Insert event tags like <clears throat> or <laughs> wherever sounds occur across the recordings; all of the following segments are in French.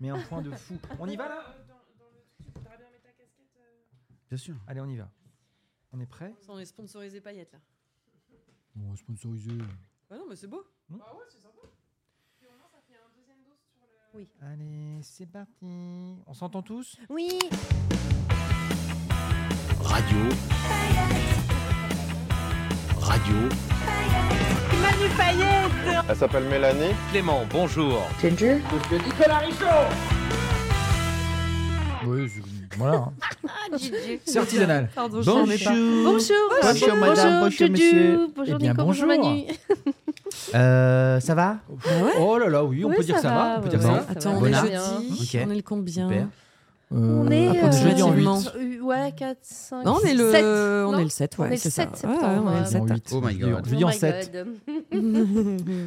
Mais un point de fou. On y va là Bien sûr. Allez, on y va. On est prêt Ça, on est sponsorisé paillettes là. Bon, sponsorisé. Bah non, mais c'est beau. Allez, c'est parti. On s'entend tous Oui. Radio. Radio. Elle s'appelle Mélanie. Clément, bonjour. Oui, c'est- voilà. <laughs> hein. C'est artisanal. Ah, Pardon, je Bonjour. savais pas. Bonjour. Bonjour, madame, bonjour, monsieur. Doudou. Eh Bonjour bien, Nico. Bonjour bonjour. Manu. Euh, ça va Ah ouais. Oh là là, oui, on Ouais, peut dire ça va. On peut ouais, dire ouais, ça ça va. va. Attends, on Bon est an. jeudi. Ok. On est le combien Super. On est. Après, déjà, dit en huit. effectivement. euh, Ouais, 4, 5. Non, on est le, on est le 7, On ouais, est le Ah, c'est 7 ça. Ouais, ouais, septembre. on est le Bon, 7. En huit. Oh my Je dis- God. Je dis en 7.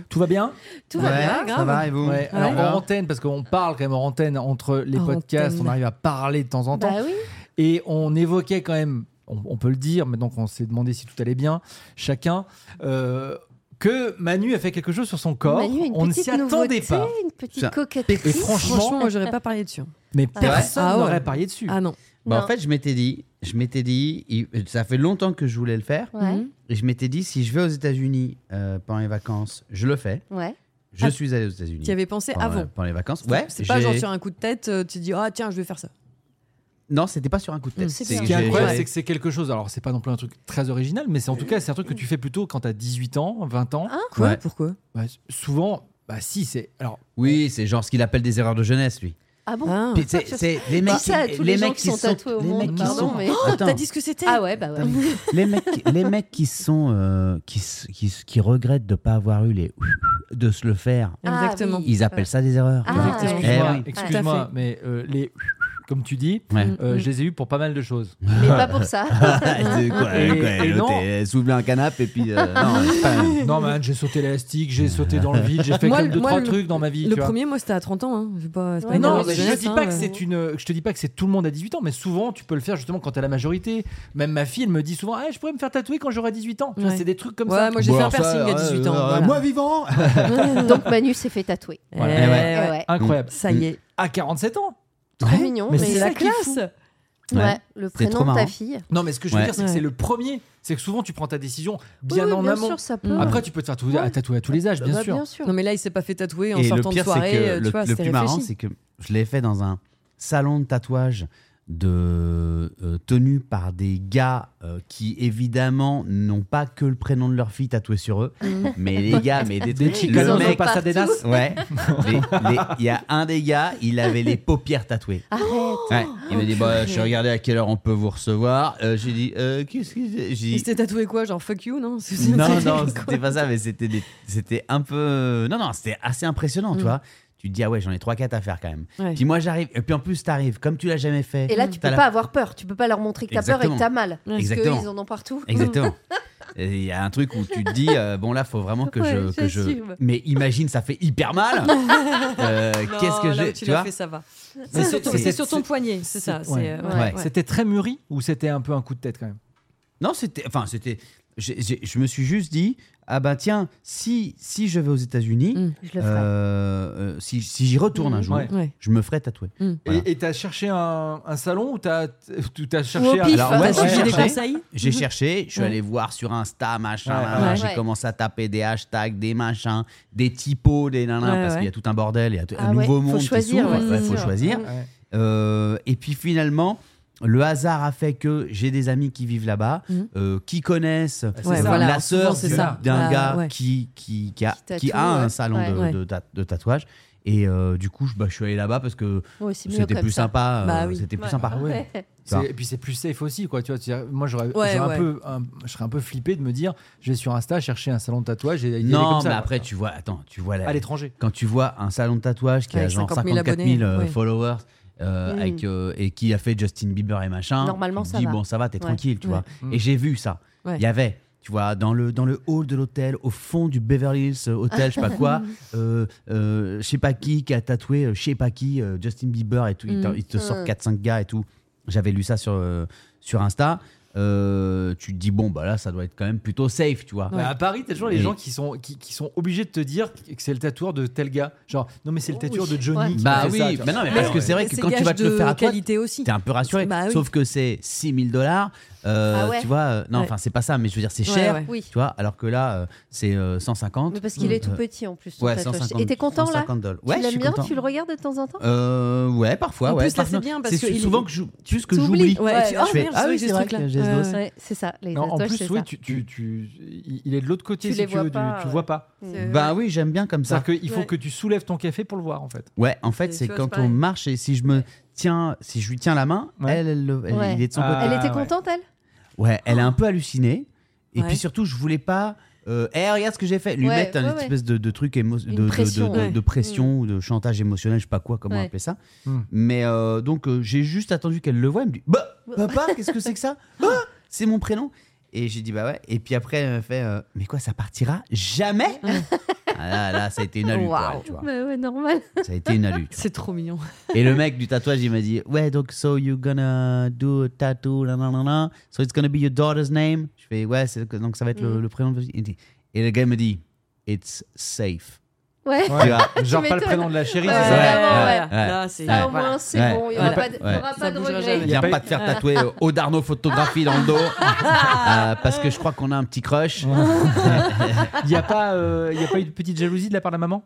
Tout va bien Tout va Ouais. bien. grave. Ça va et vous Ouais, alors en antenne, parce qu'on parle quand même en antenne entre les En podcasts, antenne. on arrive à parler de temps en temps. Bah oui. Et on évoquait quand même, on, on peut le dire, mais donc on s'est demandé si tout allait bien, chacun, euh, que Manu a fait quelque chose sur son corps. Manu a une on ne petite s'y attendait nouveauté, pas. Une C'est petite un coquetterie. Et franchement- Franchement, moi, j'aurais pas parlé dessus. Mais Ah ouais. personne Ah ouais. n'aurait parié dessus. Ah non. Bah, Non. En fait, je m'étais dit, je m'étais dit, il- ça fait longtemps que je voulais le faire, Ouais. Mhm. et je m'étais dit, si je vais aux États-Unis euh, pendant les vacances, je le fais. Ouais. Je Ah, suis allé aux États-Unis. Tu y avais pensé pendant, avant. pendant les vacances. Ouais. C'est pas j'ai- genre sur un coup de tête, euh, tu te dis, ah tiens, je vais faire ça. Non, c'était pas sur un coup de tête. Mm. C'est C'est bien. que Ce qui est j'ai- incroyable, j'ai- c'est que c'est quelque chose. Alors, c'est pas non plus un truc très original, mais c'est en tout cas, c'est un truc que tu fais plutôt quand t'as 18 ans, 20 ans. Quoi Ouais. Pourquoi Bah, souvent, bah si, c'est. Alors, Oui, c'est genre ce qu'il appelle des erreurs de jeunesse, lui. Ah bon Ah. Puis c'est- C'est les mecs, Dis ça à qui- tous les les gens mecs qui sont tatoués au les monde, mecs qui pardon, sont- mais- Attends. Oh, T'as dit ce que c'était Ah ouais, bah ouais. les mecs, les mecs qui sont euh, qui, s- qui, s- qui regrettent de pas avoir eu les de se le faire, Ah, Exactement. oui. ils appellent ça des erreurs. Ah, Ouais. Exactement. Eh excuse-moi, oui. excuse-moi, Tout à fait. mais euh, les. Comme tu dis, Ouais. euh, je les ai eus pour pas mal de choses. Mais pas pour ça. <laughs> C'est quoi, Et- quoi, et l'autre, non. elle s'ouvre un canapé et <laughs> puis euh, non, c'est pas- non, man, j'ai sauté l'élastique, j'ai sauté dans le vide, j'ai fait Moi, comme le- deux, moi, trois le- trucs dans ma vie. Le tu vois. premier, moi, c'était à 30 ans. Hein. C'est pas, c'est pas Ouais, une Non, erreur mais de je ne jeunesse, dis hein, pas que ouais. c'est une. Je te dis pas que c'est tout le monde à 18 ans, mais souvent tu peux le faire justement quand t'as la majorité. Même ma fille, elle me dit souvent, Ah, je pourrais me faire tatouer quand j'aurai 18 ans. Tu vois, Ouais. C'est des trucs comme Ouais, ça. moi j'ai Bon, fait un alors piercing ça, à euh, 18 ans. euh, voilà. Moi vivant. <laughs> Donc Manu s'est fait tatouer. Eh Voilà. ouais. Eh ouais. Incroyable. Ça y est. Mm. À 47 ans. Trop mignon. Ah, Mais mais- c'est C'est ça la qui est classe. fou. Ouais, Ouais. le C'est trop prénom de ta marrant. fille. Non, mais ce que je veux Ouais. dire, c'est que Ouais. c'est le premier. C'est que souvent tu prends ta décision bien Oui, oui, en bien amont. Ah. sûr, ça peut. Après, tu peux te faire tatouer, à tatouer à tous les âges, bien Bah, sûr. Bien sûr. Non, mais là, il s'est pas fait tatouer en Et le sortant pire de c'est soirée. que euh, tu le, vois, le c'était plus marrant réfléchi. c'est que je l'ai fait dans un salon de tatouage de euh, tenu par des gars euh, qui évidemment n'ont pas que le prénom de leur fille tatoué sur eux, mais les gars, <laughs> mais des, Des le chicanos de mec- Pasadenas. Ouais. Les- les- Il y a un des gars, il avait les paupières tatouées. Arrête. Ouais. Il m'a dit bah, purée. Je regardais à quelle heure on peut vous recevoir. Euh, j'ai dit Euh, Qu'est-ce que j'ai j'ai Il dit s'était tatoué quoi Genre fuck you, non C'est- Non, <laughs> c'est- non, quoi c'était pas ça, mais c'était des- c'était un peu. Non, non, c'était assez impressionnant, tu Mm. vois. Tu te dis Ah ouais, j'en ai 3-4 à faire quand même. Ouais. Puis moi, j'arrive. Et puis en plus, t'arrives comme tu l'as jamais fait. Mm. Et là, tu T'as peux la- pas avoir peur. Tu peux pas leur montrer que t'as peur et que Exactement. t'as mal. Ouais. Parce Exactement. qu'ils en ont partout. <laughs> Exactement. Et Il y a un truc où tu te dis, euh, bon là, faut vraiment que je, Ouais, que je. j'assume. Mais imagine, ça fait hyper <laughs> mal. Euh, Non, Qu'est-ce que là où j'ai, Tu tu l'as vois fait, ça va. Mais C'est sur ton- c'est- c'est sur ton c'est- poignet, c'est ça. c'est- c'est, euh, ouais. ouais. C'était très mûri ou c'était un peu un coup de tête quand même Non, c'était. Enfin, c'était. j'ai- j'ai- Je me suis juste dit, ah ben tiens, si si je vais aux États-Unis, Mm. Je le euh, ferai. euh, si, si j'y retourne Mm, un jour, Ouais. Ouais. je me ferai tatouer. Voilà. Et et t'as cherché un, un salon ou t'as ou t'as cherché au pif. Alors, ouais, T'as ouais, suivi Bah, des cherché. conseils J'ai cherché, je suis Ouais. allé voir sur Insta, machin, Ouais, nanana, ouais. j'ai Mhm. Ouais. commencé à taper des hashtags, des machins, des typos, des nanas, Ouais, parce ouais. qu'il y a tout un bordel, il y a tout- Ah un ouais, nouveau faut monde qui choisir, s'ouvre, ouais, ouais, c'est faut sûr. choisir. Ouais. Euh, et puis finalement, Le hasard a fait que j'ai des amis qui vivent là-bas, Mhm. euh, qui connaissent Ah, c'est Ouais, euh, ça. voilà. la souvent, sœur c'est du- ça. d'un Ah, gars ouais. qui, qui, qui a, Bah, Qui tatoue, qui a un ouais. salon de, Ouais. de ta- de tatouage. Et euh, du coup, je, bah, je suis allé là-bas parce que Ouais, c'est mieux c'était comme plus ça. sympa. euh, Bah oui. C'était plus Ouais. sympa. Ouais. Ça. C'est- Et puis c'est plus safe aussi, quoi. Tu vois, tu- moi j'aurais, Ouais, j'aurais ouais. un peu, un- je serais un peu flippé de me dire, je vais sur Insta chercher un salon de tatouage et y aller Non, comme mais ça, Ah, quoi. après, tu vois, attends, tu vois la- à l'étranger. quand tu vois un salon de tatouage qui a Avec genre 50 54 000 abonnés, 000, euh, ouais. followers euh, Mm. avec, euh, et qui a fait Justin Bieber et machin, Normalement, tu te ça dis, va. bon, ça va, t'es Ouais. tranquille, tu Ouais. vois. Mm. Et j'ai vu ça. Il Ouais. y avait, tu vois, dans le, dans le hall de l'hôtel, au fond du Beverly Hills Hotel, je sais <laughs> pas quoi, euh, euh, je sais pas qui qui a tatoué, euh, je sais pas qui, euh, Justin Bieber et tout. Il te, Mm. il te sort Mm. 4-5 gars et tout. J'avais lu ça sur, euh, sur Insta. Euh, tu te dis, bon, bah là, ça doit être quand même plutôt safe, tu vois. Ouais. Bah, à Paris, t'as toujours les Et- gens qui sont, qui, qui sont obligés de te dire que c'est le tatoueur de tel gars. Genre, non, mais c'est le Oh, Oui. tatoueur de Johnny. Ouais. qui Bah a fait oui, ça, tu vois. bah non, mais parce que c'est vrai Mais que Ah c'est quand tu gage vas te le de faire à toi, qualité aussi. t'es un peu rassuré. Bah oui. Sauf que c'est 6000 dollars. Ah ouais. Tu vois, euh, non, Ouais. enfin, c'est pas ça, mais je veux dire, c'est Ouais, cher. ouais. Oui. Tu vois, alors que là, euh, c'est euh, 150. Mais parce qu'il est tout Euh, petit en plus. son Ouais, tatouage. 150. Et t'es content là 150 dollars. Tu Ouais, je l'aimes suis bien content. Tu le regardes de temps en temps Euh, ouais, parfois, En ouais. plus, là, c'est parfois. bien parce C'est que su- il- souvent que je- juste que T'oublies. j'oublie. Ouais, Ouais, tu- ah, ah, merde, ah c'est vrai que oui, euh, j'ai c'est ce vrai truc-là. qu'il y a Ouais, Gesdos. ouais. Ouais, c'est ça. Les Non, en tatouages, plus, c'est oui, ça. tu, tu, tu- il est de l'autre côté Tu si les tu vois veux, pas, tu, tu ouais. vois pas. C'est- Bah oui, j'aime bien comme ça. C'est-à-dire qu'il faut Ouais. que tu soulèves ton café pour le voir, en fait. Ouais, en Et fait, tu c'est vois, c'est quand pareil. on marche et si je me tiens, si je lui tiens la main, Ouais. elle, elle, le- elle- Ouais. il est de son Ah, côté. Elle était ouais. contente, elle Ouais, elle est Oh. un peu hallucinée. Et Ouais. puis surtout, je voulais pas. Euh, Eh, regarde ce que j'ai fait. Lui Ouais, mettre un ouais, ouais. espèce de, de truc émo- de, Une de- de- pression, Mm. de- de ouais. pression ou de chantage émotionnel, je sais pas quoi, comment Ouais. appeler ça. Mm. Mais euh, donc, euh, j'ai juste attendu qu'elle le voie. Elle me dit Bah, papa, qu'est-ce que c'est <laughs> que ça Ah, C'est mon prénom. Et j'ai dit Bah ouais. Et puis après, elle m'a fait euh, Mais quoi, ça partira jamais ah, là, là, ça a <laughs> été une alu. quoi, Waouh. tu vois. Bah ouais, normal. Ça a été une alu. tu vois. C'est trop mignon. Et le mec du tatouage, il m'a dit Ouais, donc, so you gonna do a tattoo, la, la, la, la. so it's gonna be your daughter's name. Je fais Ouais, c'est- donc ça va être le, le prénom de. Il dit- Et le gars me dit It's safe. Ouais. Tu vois Genre pas le Ah, m'étonnes. prénom de la chérie, Ouais, c'est ouais, ça ouais, ouais. Là, c'est. Ça, au voilà. moins, c'est Ouais. bon. Il n'y aura Ouais. pas de, il y Ouais. aura Ça pas de bougera regret. jamais. Viens pas pas eu- te faire tatouer euh, Odarno photographie dans le dos euh, parce que je crois qu'on a un petit crush. Il n'y a, pas, euh, il y a pas eu de petite jalousie de la part de la maman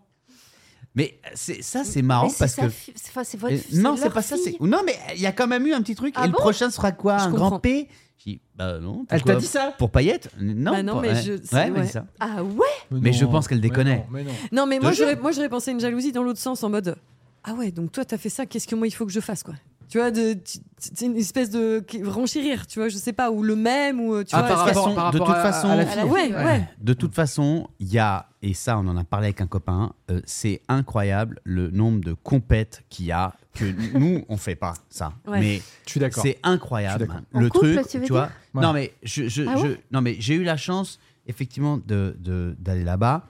Mais c'est- ça, c'est Mais marrant c'est parce sa que. fi- c'est- Enfin, c'est votre Euh, non, c'est leur pas ça. fille. c'est- Non, mais il y a quand même eu un petit truc. Ah et bon le prochain sera quoi Je Un comprends. grand P Je dis, Bah non. Elle pourquoi- t'a dit ça Pour paillettes Non. Bah non, pour- mais ouais. je- Ouais, c'est- elle m'a dit ouais. ça. Ah ouais Mais je pense qu'elle mais déconnait. non, mais non. Non, mais moi Deux jours. j'aurais, moi j'aurais pensé à une jalousie dans l'autre sens, en mode Ah ouais, donc toi t'as fait ça, qu'est-ce que moi il faut que je fasse, quoi Tu vois, de, tu- c'est une espèce de qui- renchérir, tu vois, je sais pas, ou le même, ou tu Ah, vois. par est-ce que- façon, rapport, par de rapport toute à- à- façon- à la Ah, fille. là, ouais, ouais. <clears throat> De toute façon, il y a, et ça on en a parlé avec un copain, euh, c'est incroyable le nombre de compètes qu'il y a, que <laughs> nous on fait pas ça. Ouais. Mais Je suis d'accord. c'est incroyable. Je suis En le couple, truc, tu veux vois. dire Ouais. Non, mais je, je- Ah je- ouais non, mais j'ai eu la chance, effectivement, de- de- d'aller là-bas.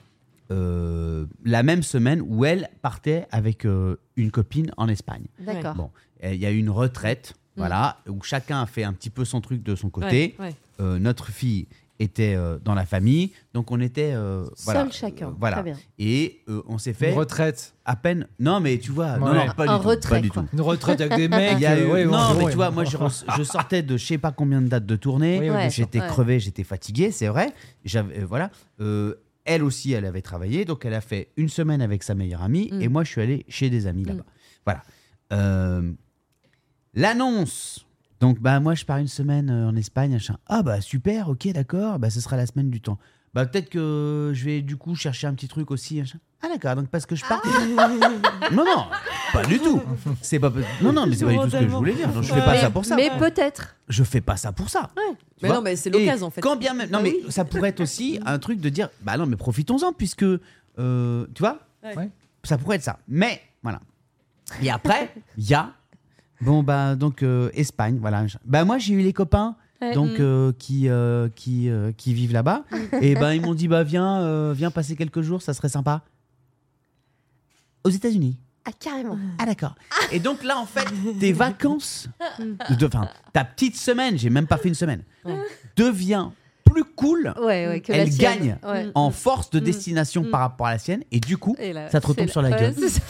euh, la même semaine où elle partait avec euh, une copine en Espagne. D'accord. Bon, Et il y a eu une retraite, Mm. voilà, où chacun a fait un petit peu son truc de son côté. Ouais, ouais. Euh, notre fille était euh, dans la famille, donc on était euh, Seul voilà, chacun. Euh, voilà. Très bien. Et euh, on s'est Une fait retraite. à peine. Non, mais tu vois, non, Ouais. non, pas Un du tout, retrait, pas du quoi. tout. Une retraite avec des mecs. Il y a eu- euh, ouais, non, ouais, mais ouais. tu vois, moi je, re- je sortais de je sais pas combien de dates de tournée. Oui, oui, Ouais. J'étais Ouais. crevé, j'étais fatigué, c'est vrai. J'avais, euh, voilà. Euh, elle aussi, elle avait travaillé, donc elle a fait une semaine avec sa meilleure amie, Mm. et moi, je suis allé chez des Mm. amis là-bas. Voilà. Euh, L'annonce. Donc, bah moi, je pars une semaine euh, en Espagne. machin. Ah bah super, ok, d'accord. Bah ce sera la semaine du temps. Bah peut-être que je vais du coup chercher un petit truc aussi. machin. Ah d'accord, donc parce que je pars. non non, pas du tout. C'est pas. Non non, mais c'est pas du tout ce que je voulais dire. Non, je fais pas mais, ça pour ça Mais peut-être. je fais pas ça pour ça. Tu Mais vois non, mais c'est Et l'occasion en fait. Bah Quand bien même. Non, mais ça pourrait <laughs> être aussi un truc de dire bah non, mais profitons-en, puisque. euh, tu vois Ouais. Ça pourrait être ça. Mais, voilà. Et après, il y a. Bon, bah, donc, euh, Espagne, voilà. Bah, moi, j'ai eu les copains. Ouais. mm. Donc euh, qui euh, qui euh, qui vivent <laughs> là-bas et ben ils m'ont dit bah viens euh, viens passer quelques jours ça serait sympa aux États-Unis Ah, carrément. ah d'accord. Et donc là, en fait, tes <laughs> vacances, de- enfin, ta petite semaine, j'ai même pas fait une semaine, devient plus cool Ouais, ouais, que la Elle sienne. gagne. Ouais. en force de destination par rapport à la sienne, et du coup, Et là, ça te retombe c'est sur la ouais, gueule. c'est ça.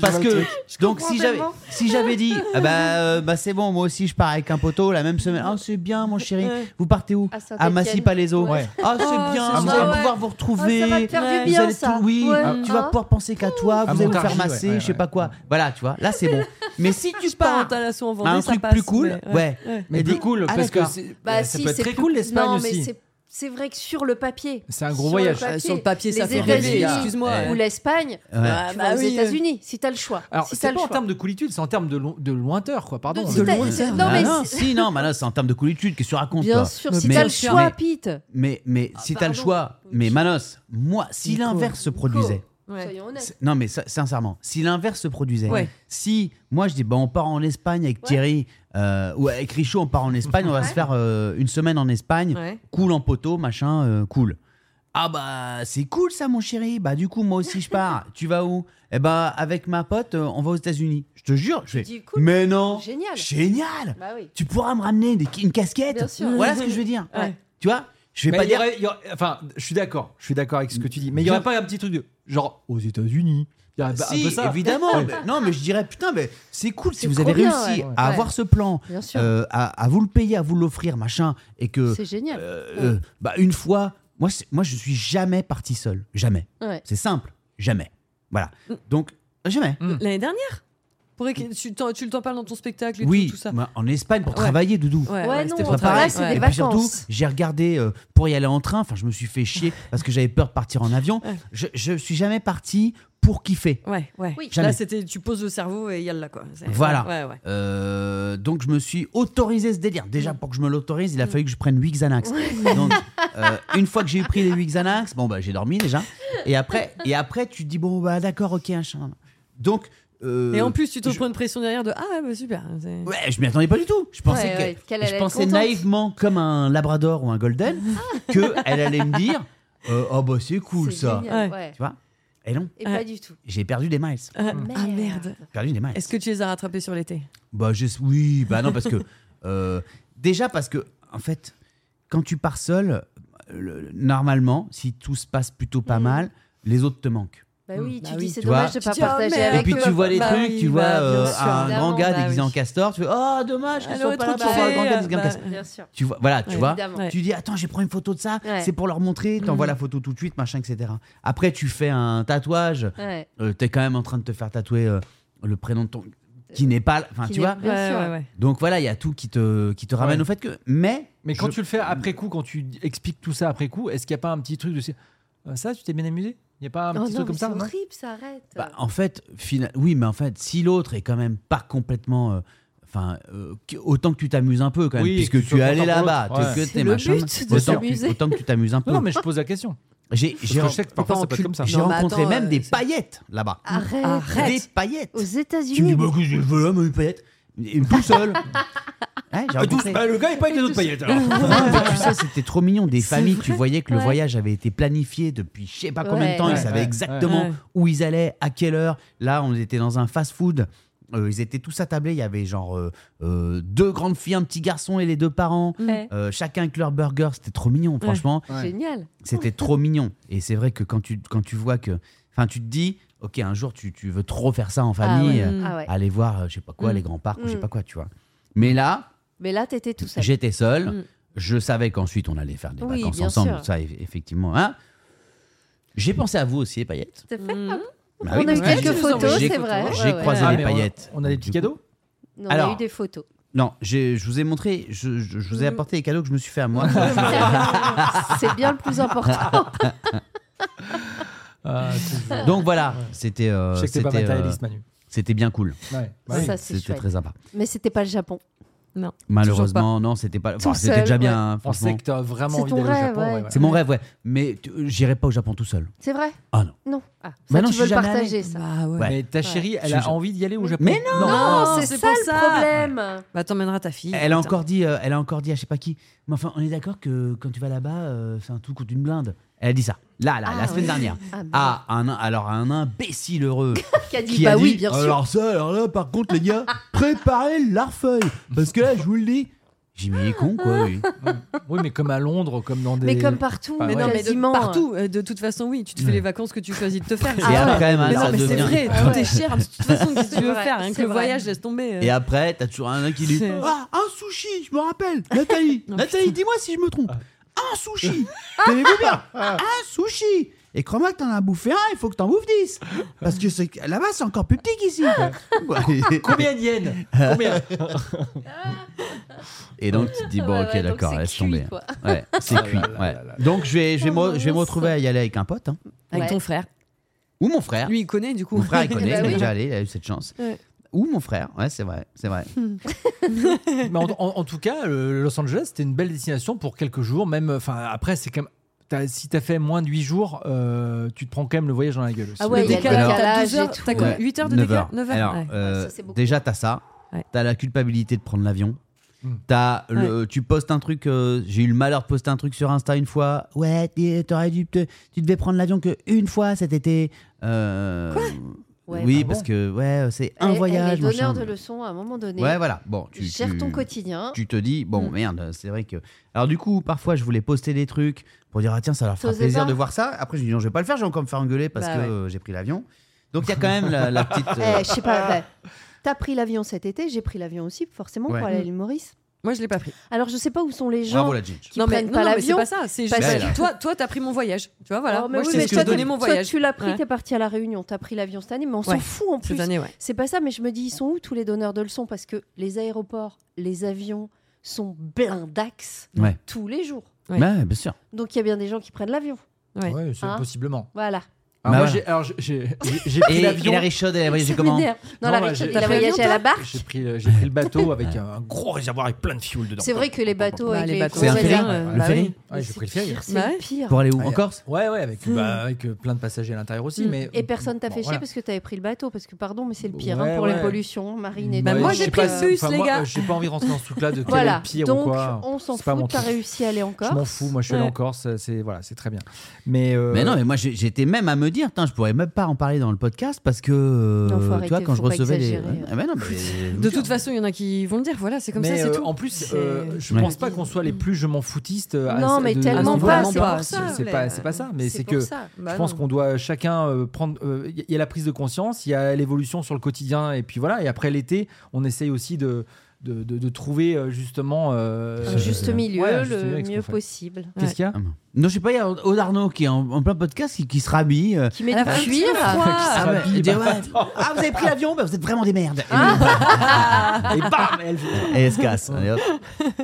Parce que donc comprends si j'avais tellement. si j'avais <laughs> dit ah bah, euh, bah c'est bon moi aussi je pars avec un poteau la même semaine ah c'est bien mon chéri vous partez où À Saint-Étienne. à Massy Palaiso Ouais. ah c'est Oh, bien c'est on sympa. va pouvoir vous retrouver Ah, ça va te faire Ouais. du vous bien, allez ça. tout, oui, Ouais. tu Hein vas pouvoir penser qu'à toi, À vous allez vous faire Montargis, ouais, masser, ouais, je sais ouais. <laughs> pas quoi. Voilà, tu vois, là c'est bon. Mais si tu pars Parental assaut en Vendée, à un ça truc passe, plus cool, mais- ouais. ouais. Mais dis- plus cool, Ah, parce que d'accord. c'est- Bah, ça si, peut être c'est très plus- cool l'Espagne Non, mais aussi. c'est- c'est vrai que sur le papier. C'est un gros sur voyage. Le papier, Sur le papier, ça les fait rêver, États-Unis excuse-moi. Ou l'Espagne, Ouais. tu bah vas aux oui, euh. États-Unis, si t'as le choix. Alors, si c'est t'as pas le en choix. termes de coolitude, c'est en termes de, lo- de lointeur, quoi. Pardon. De- mais- si t'as- loin, ça, non, Ah mais non, si- si, non, bah là, c'est en termes de coolitude, qu'est-ce que tu racontes bien toi sûr, si Mais- t'as le mais- choix, Pete. Mais, mais si t'as le pardon. choix, mais Manos, moi, si Nico. l'inverse se Nico, produisait, Soyons honnêtes. c'est- non mais ça- sincèrement, si l'inverse se produisait, Ouais. si moi je dis bah on part en Espagne avec Thierry euh, ou avec Richaud on part en Espagne, on va se faire euh, une semaine en Espagne, Ouais. cool en poteau, machin, euh, cool. Ah bah c'est cool ça mon chéri, bah du coup moi aussi je <laughs> pars. tu vas où Eh bah avec ma pote, euh, on va aux États-Unis. Je te jure, je fais. dis cool. Mais non. Génial. Génial. Bah oui. Tu pourras me ramener des- une casquette. Bien sûr. Voilà ce que je veux dire. Ouais. Tu vois, je vais Mais pas Bah, il y dire. aurait- il y aurait- enfin, je suis d'accord, je suis d'accord avec ce que tu dis. Mais il y aurait pas un petit truc de genre aux États-Unis. Il y aurait un peu- Ah bah, un Si, peu ça. Ah évidemment. Ouais. mais- non, mais je dirais, putain, mais c'est cool si C'est vous trop avez bien, réussi ouais. à Ouais. avoir ce plan, Bien sûr. euh, à, à vous le payer, à vous l'offrir, machin, et que, C'est génial. euh, euh, bah, une fois, moi, c'est- moi, je suis jamais parti seul. Jamais. Ouais. Mm. C'est simple. Jamais. Voilà. Donc, jamais. L'année dernière Pour écrire- tu, t'en- tu le t'en parles dans ton spectacle et Oui, tout, tout ça. moi, en Espagne pour Ouais. travailler, Doudou. Ouais, Ouais, ouais, non, c'était C'est pour pas on travailler. pareil. travaille, c'est des Et puis surtout, vacances. j'ai regardé euh, pour y aller en train. Enfin, je me suis fait <laughs> chier parce que j'avais peur de partir en avion. Ouais. Je, je suis jamais parti pour kiffer. Ouais, ouais. Oui. Jamais. Là, c'était tu poses le cerveau et yalla quoi. C'est- Voilà. Ouais, ouais. Euh, donc je me suis autorisé ce délire. Déjà pour que je me l'autorise, Mm. il a fallu que je prenne 8 Xanax. Donc euh, une fois que j'ai pris les 8 Xanax, bon bah j'ai dormi déjà. Et après et après tu te dis bon bah d'accord OK un chien. Donc euh, Et en plus, tu te je- prends une pression derrière de ah bah super. c'est- Ouais, je m'y attendais pas du tout. Je pensais Ouais, que ouais, qu'elle allait je être pensais contente. Ah. naïvement comme un labrador ou un golden que elle allait me dire euh, oh bah c'est cool C'est ça. génial, Ouais. ouais. Tu vois Et non, Et Ouais. pas du tout. j'ai perdu des miles. <laughs> Ah ah, merde. Merde. Perdu des miles. Est-ce que tu les as rattrapés sur l'été Bah je- oui, bah non parce que <laughs> euh, déjà parce que en fait quand tu pars seul, le- le- normalement si tout se passe plutôt pas mal, les autres te manquent. Bah oui, Bah tu oui. dis c'est Tu dommage vois, de tu pas dis, oh, partager merde. avec Et puis que- tu vois les bah trucs, oui, tu vois bah, bien euh, sûr, un évidemment, grand gars bah déguisé oui. en castor, tu fais oh dommage, Elle qu'ils aurait sont pas trop là-bas, kiffé, le grand gars euh, déguisé en bah, castor. Bien sûr. Tu vois, voilà, tu Ouais, vois. évidemment. Ouais. Tu dis attends, j'ai pris une photo de ça, Ouais. c'est pour leur montrer, t'envoies la photo tout de suite, machin, etc. Après tu fais un tatouage, Ouais. euh, t'es quand même en train de te faire tatouer euh, le prénom de ton qui n'est pas, enfin Qui tu n'est- Bah, vois. Bien sûr. Donc voilà, il y a tout qui te, qui te ramène Ouais. au fait que. Mais. Mais quand je- tu le fais après coup, quand tu expliques tout ça après coup, est-ce qu'il n'y a pas un petit truc de Euh, ça, tu t'es bien amusé Il n'y a pas un Oh petit non, truc comme mais ça c'est non horrible, ça arrête. Bah, en fait, fina- oui, mais en fait, si l'autre est quand même pas complètement. euh, Enfin, euh, que- autant que tu t'amuses un peu quand même, Oui, puisque que tu tu sois es allé content pour là-bas, l'autre, t'es ouais. que C'est t'es le machin, but de autant, que tu- s'amuser. autant que tu t'amuses un peu. Non, non, mais je pose la question. J'ai Parce j'ai que je sais que parfois pas ça en peut être cul- comme ça. j'ai Non, mais rencontré attends, même euh, des c'est- paillettes là-bas. Arrête. Arrête. Des paillettes. Aux Tu me dis, États-Unis. bah, qu'est-ce que je veux là, moi, une paillette Une <laughs> tout seul. Ouais, j'ai rencontré. Bah, le gars n'est pas avec les autres paillettes. alors. Ah, Non, mais Ah, tu sais, c'était trop mignon. Des C'est familles, vrai tu voyais que le Ouais. voyage avait été planifié depuis je sais pas combien de Ouais. temps. Ils Ouais, savaient ouais, exactement ouais. où ils allaient, à quelle heure. Là, on était dans un fast-food. Euh, ils étaient tous attablés. Il y avait genre euh, euh, deux grandes filles, un petit garçon et les deux parents. Ouais. Euh, chacun avec leur burger. C'était trop mignon, franchement. Génial. C'était trop mignon. Et c'est vrai que quand tu, quand tu vois que. Enfin, tu te dis, OK, un jour, tu, tu veux trop faire ça en famille. Ah ouais. euh, Ah ouais. Aller voir, euh, je sais pas quoi, Mm. les grands parcs ou je sais Mm. pas quoi, tu vois. Mais là, Mais là, t'étais tout seul. J'étais seul. Mm. Je savais qu'ensuite on allait faire des Oui, vacances bien ensemble. sûr. Ça, eff- effectivement. hein. J'ai pensé à vous aussi, les paillettes. Tout à fait. Mhm. Ah bon Bah oui, On a eu parce que quelques j'ai- photos, j'ai- c'est vrai. J'ai Ouais, ouais. croisé Ah, les mais on a- paillettes. On a des petits Du coup- cadeaux Non, Alors. on a eu <laughs> des photos. Non, j'ai- je vous ai montré, je, je- je vous ai Mm. apporté les cadeaux que je me suis fait à moi. <laughs> c'est bien le plus important. Ah, toujours. Donc voilà, c'était euh, Je sais que t'es pas c'était, euh, matérialiste, Manu. c'était bien cool. Ouais, bah oui. ça, c'est C'était chouette. très sympa. Mais c'était pas le Japon. Non. Malheureusement, non, c'était pas. Tout enfin, c'était seul, déjà ouais. bien, hein, On sait franchement. que t'as vraiment C'est envie ton d'aller au rêve, Japon. ouais. ouais, ouais. C'est mon rêve, ouais. Mais tu- j'irai pas au Japon tout seul. C'est vrai Ah non. Non. Ah, ça, Bah non, tu je veux suis le jamais partager, ça. Bah ouais. Ouais. Mais ta chérie, elle a Je- envie d'y aller au Japon. Mais non Non, c'est c'est ça pour le ça. problème. Bah t'emmèneras ta fille. Elle a Putain. encore dit, euh, elle a encore dit à je sais pas qui. Mais enfin, on est d'accord que quand tu vas là-bas, euh, c'est un tout coûte une blinde. Elle a dit ça. Là, là, Ah, la semaine oui. dernière. Ah, merde. Ah, un, alors un imbécile heureux <laughs> Qui a dit qui bah a dit, oh, oui, bien sûr. Alors ça, alors là, par contre, les <laughs> gars, préparez l'arfeuille parce que là, je vous le dis. J'ai mis les cons, quoi. Oui. Oui, mais comme à Londres, comme dans des. Mais comme partout, Bah Mais ouais. non, mais de, quasiment. partout. euh, De toute façon, oui, tu te fais Ah Ouais. les vacances que tu choisis de te faire. Et après, man, Mais non, hein, ça mais c'est devient- vrai, Ah tout ouais. est cher. De toute façon, qu'est-ce que Ah <laughs> C'est tu veux vrai, faire Rien que c'est le vrai. voyage, laisse tomber. euh. Et après, t'as toujours un qui dit C'est- Ah, un sushi, je me rappelle. <laughs> Nathalie, Non, Ah. Nathalie, dis-moi si je me trompe. Un sushi. Tenez-vous bien. Un sushi. Et crois-moi que t'en as bouffé un, il faut que t'en bouffes 10. Parce que c'est- là-bas, c'est encore plus petit qu'ici. <laughs> quoi. Combien de yens Combien Et donc, tu te dis, bon, Ah Ouais, ok, ouais, donc d'accord, c'est laisse cuit, Ah tomber. quoi. Ouais, c'est cuit. ouais. Donc, je vais, je, vais me, Oh, je vais me retrouver à y aller avec un pote. hein. Avec Ouais. ton frère. Ou mon frère. Lui, il connaît du coup. Ah. Mon frère, il connaît, <laughs> Bah il est oui. déjà allé, il a eu cette chance. Ouais. Ou mon frère, ouais, c'est vrai, c'est vrai. <laughs> Mais en, en- en tout cas, euh, Los Angeles, c'était une belle destination pour quelques jours. Même, enfin, après, c'est quand même. t'as- si t'as fait moins de 8 jours, euh, tu te prends quand même le voyage dans la gueule aussi. Ah ouais, le il y a le décalage, t'as décalage 12 heures, et tout. t'as quoi, Ouais. 8 heures de Neuf décalage 9 heures Alors, ouais. euh, Ouais, ça, c'est beaucoup. déjà, t'as ça. Ouais. T'as la culpabilité de prendre l'avion. Mm. T'as le, Tu postes un truc. euh, J'ai eu le malheur de poster un truc sur Insta une fois. Ouais, t- t'aurais dû. te- tu devais prendre l'avion que une fois cet été. Euh, Ouais, Eh, oui, bah parce bon. que ouais, c'est un Elle- voyage. Elle est machin. donneur de leçons à un moment donné. Ouais, voilà. Bon, tu Gère tu- ton quotidien. Tu te dis bon Mm. merde, c'est vrai que. Alors du coup, parfois, je voulais poster des trucs pour dire ah tiens, ça leur fera T'osais plaisir pas de voir ça. Après, je me dis non, je vais pas le faire. Je vais encore me faire engueuler parce Bah que ouais. euh, j'ai pris l'avion. Donc il y a quand même la, la petite. Eh, euh, je sais pas. bah, T'as pris l'avion cet été, j'ai pris l'avion aussi, forcément, Ouais. Ah, pour aller à l'île Maurice. Moi, je l'ai pas pris. Alors, je sais pas où sont les gens. Bravo la Ginge. qui prennent pas mais c'est l'avion. pas ça. C'est Parce juste- que- toi, toi, t'as pris mon voyage. Tu vois, voilà. Alors, Oh, mais Moi, oui, je mais t'ai je toi, t'ai donné mon toi, voyage. tu l'as pris, Ouais. t'es parti à la Réunion, t'as pris l'avion cette année, mais on s'en Ouais, fout en plus. Cette année, ouais. C'est pas ça, mais je me dis, ils sont où tous les donneurs de leçons Parce que les aéroports, les avions sont blindax Ouais. tous les jours. Ouais. Ouais, Bah, bien sûr. Donc il y a bien des gens qui prennent l'avion. Ouais. Ouais, c'est Hein possiblement. Voilà. Alors, Bah moi, voilà. j'ai- alors, j'ai- j'ai <laughs> j'ai pris l'avion. Richaude, elle a Ça m'énerve. Non, Non, la bah, Richard, j'ai- il t'as a pris voyagé à la barque. J'ai pris, le- j'ai pris le <laughs> bateau avec un, un gros réservoir avec plein de fuel dedans. C'est vrai que les bateaux Bah, avec les les bateaux, gros C'est un ferry, réserves, euh, le bah ferry. oui. Ouais, j'ai c'est pris le ferry. pire, C'est Bah ouais. le pire. Pour aller où Ouais. En Corse Ouais, ouais, avec, bah, avec euh, plein de passagers à l'intérieur aussi. Mm. Mais, Hmm. Et personne t'a fait bon, chier voilà. parce que t'avais pris le bateau, parce que pardon, mais c'est le pire Ouais, hein, pour les ouais. pollutions marines et Bah, tout. moi, je j'ai sais pas pris le si- bus, enfin, les moi, gars. euh, J'ai pas envie de rentrer dans ce <laughs> truc-là de quel est Voilà, le pire donc ou quoi. on s'en C'est pas mon fout, t'as truc. réussi à aller en Corse. Je m'en fous, moi je suis allé Ouais. en Corse, euh, c'est voilà, c'est très bien. Mais, euh, mais non, mais moi j'ai- j'étais même à me dire, Tain, je pourrais même pas en parler dans le podcast parce que, euh, Non, faut tu arrêter, vois, quand je faut pas recevais les. exagérer. Ah, mais non, mais- De toute façon, il y en a qui vont le dire. Voilà, c'est comme ça, mais, c'est euh, tout. en plus, C'est- euh, je Ouais. pense pas qu'on soit les plus je m'en foutistes. euh, à Non, ce- mais de- tellement à ce pas, niveau-là. c'est pour euh, ça. C'est pas, c'est pas ça, mais c'est pour que ça. Bah je pense qu'on doit chacun euh, prendre. euh, Il y y a la prise de conscience, il y a l'évolution sur le quotidien, et puis voilà. Et après l'été, on essaye aussi de, de, de- de trouver euh, justement. euh, Un juste milieu, ouais, un juste le avec ce mieux qu'on fait. possible. Qu'est-ce qu'il y a Ah, bon. Non, je sais pas, il y a Odarno qui est en, en plein podcast qui, qui se rhabille. euh, Qui met Elle a du fait un petit cuir. peu froid. ah, ouais, rhabille, il dit, bah, ouais, ah, vous avez pris l'avion, bah, vous êtes vraiment des merdes. Et Et bam <laughs> elle- Et elle se casse. Allez, hop.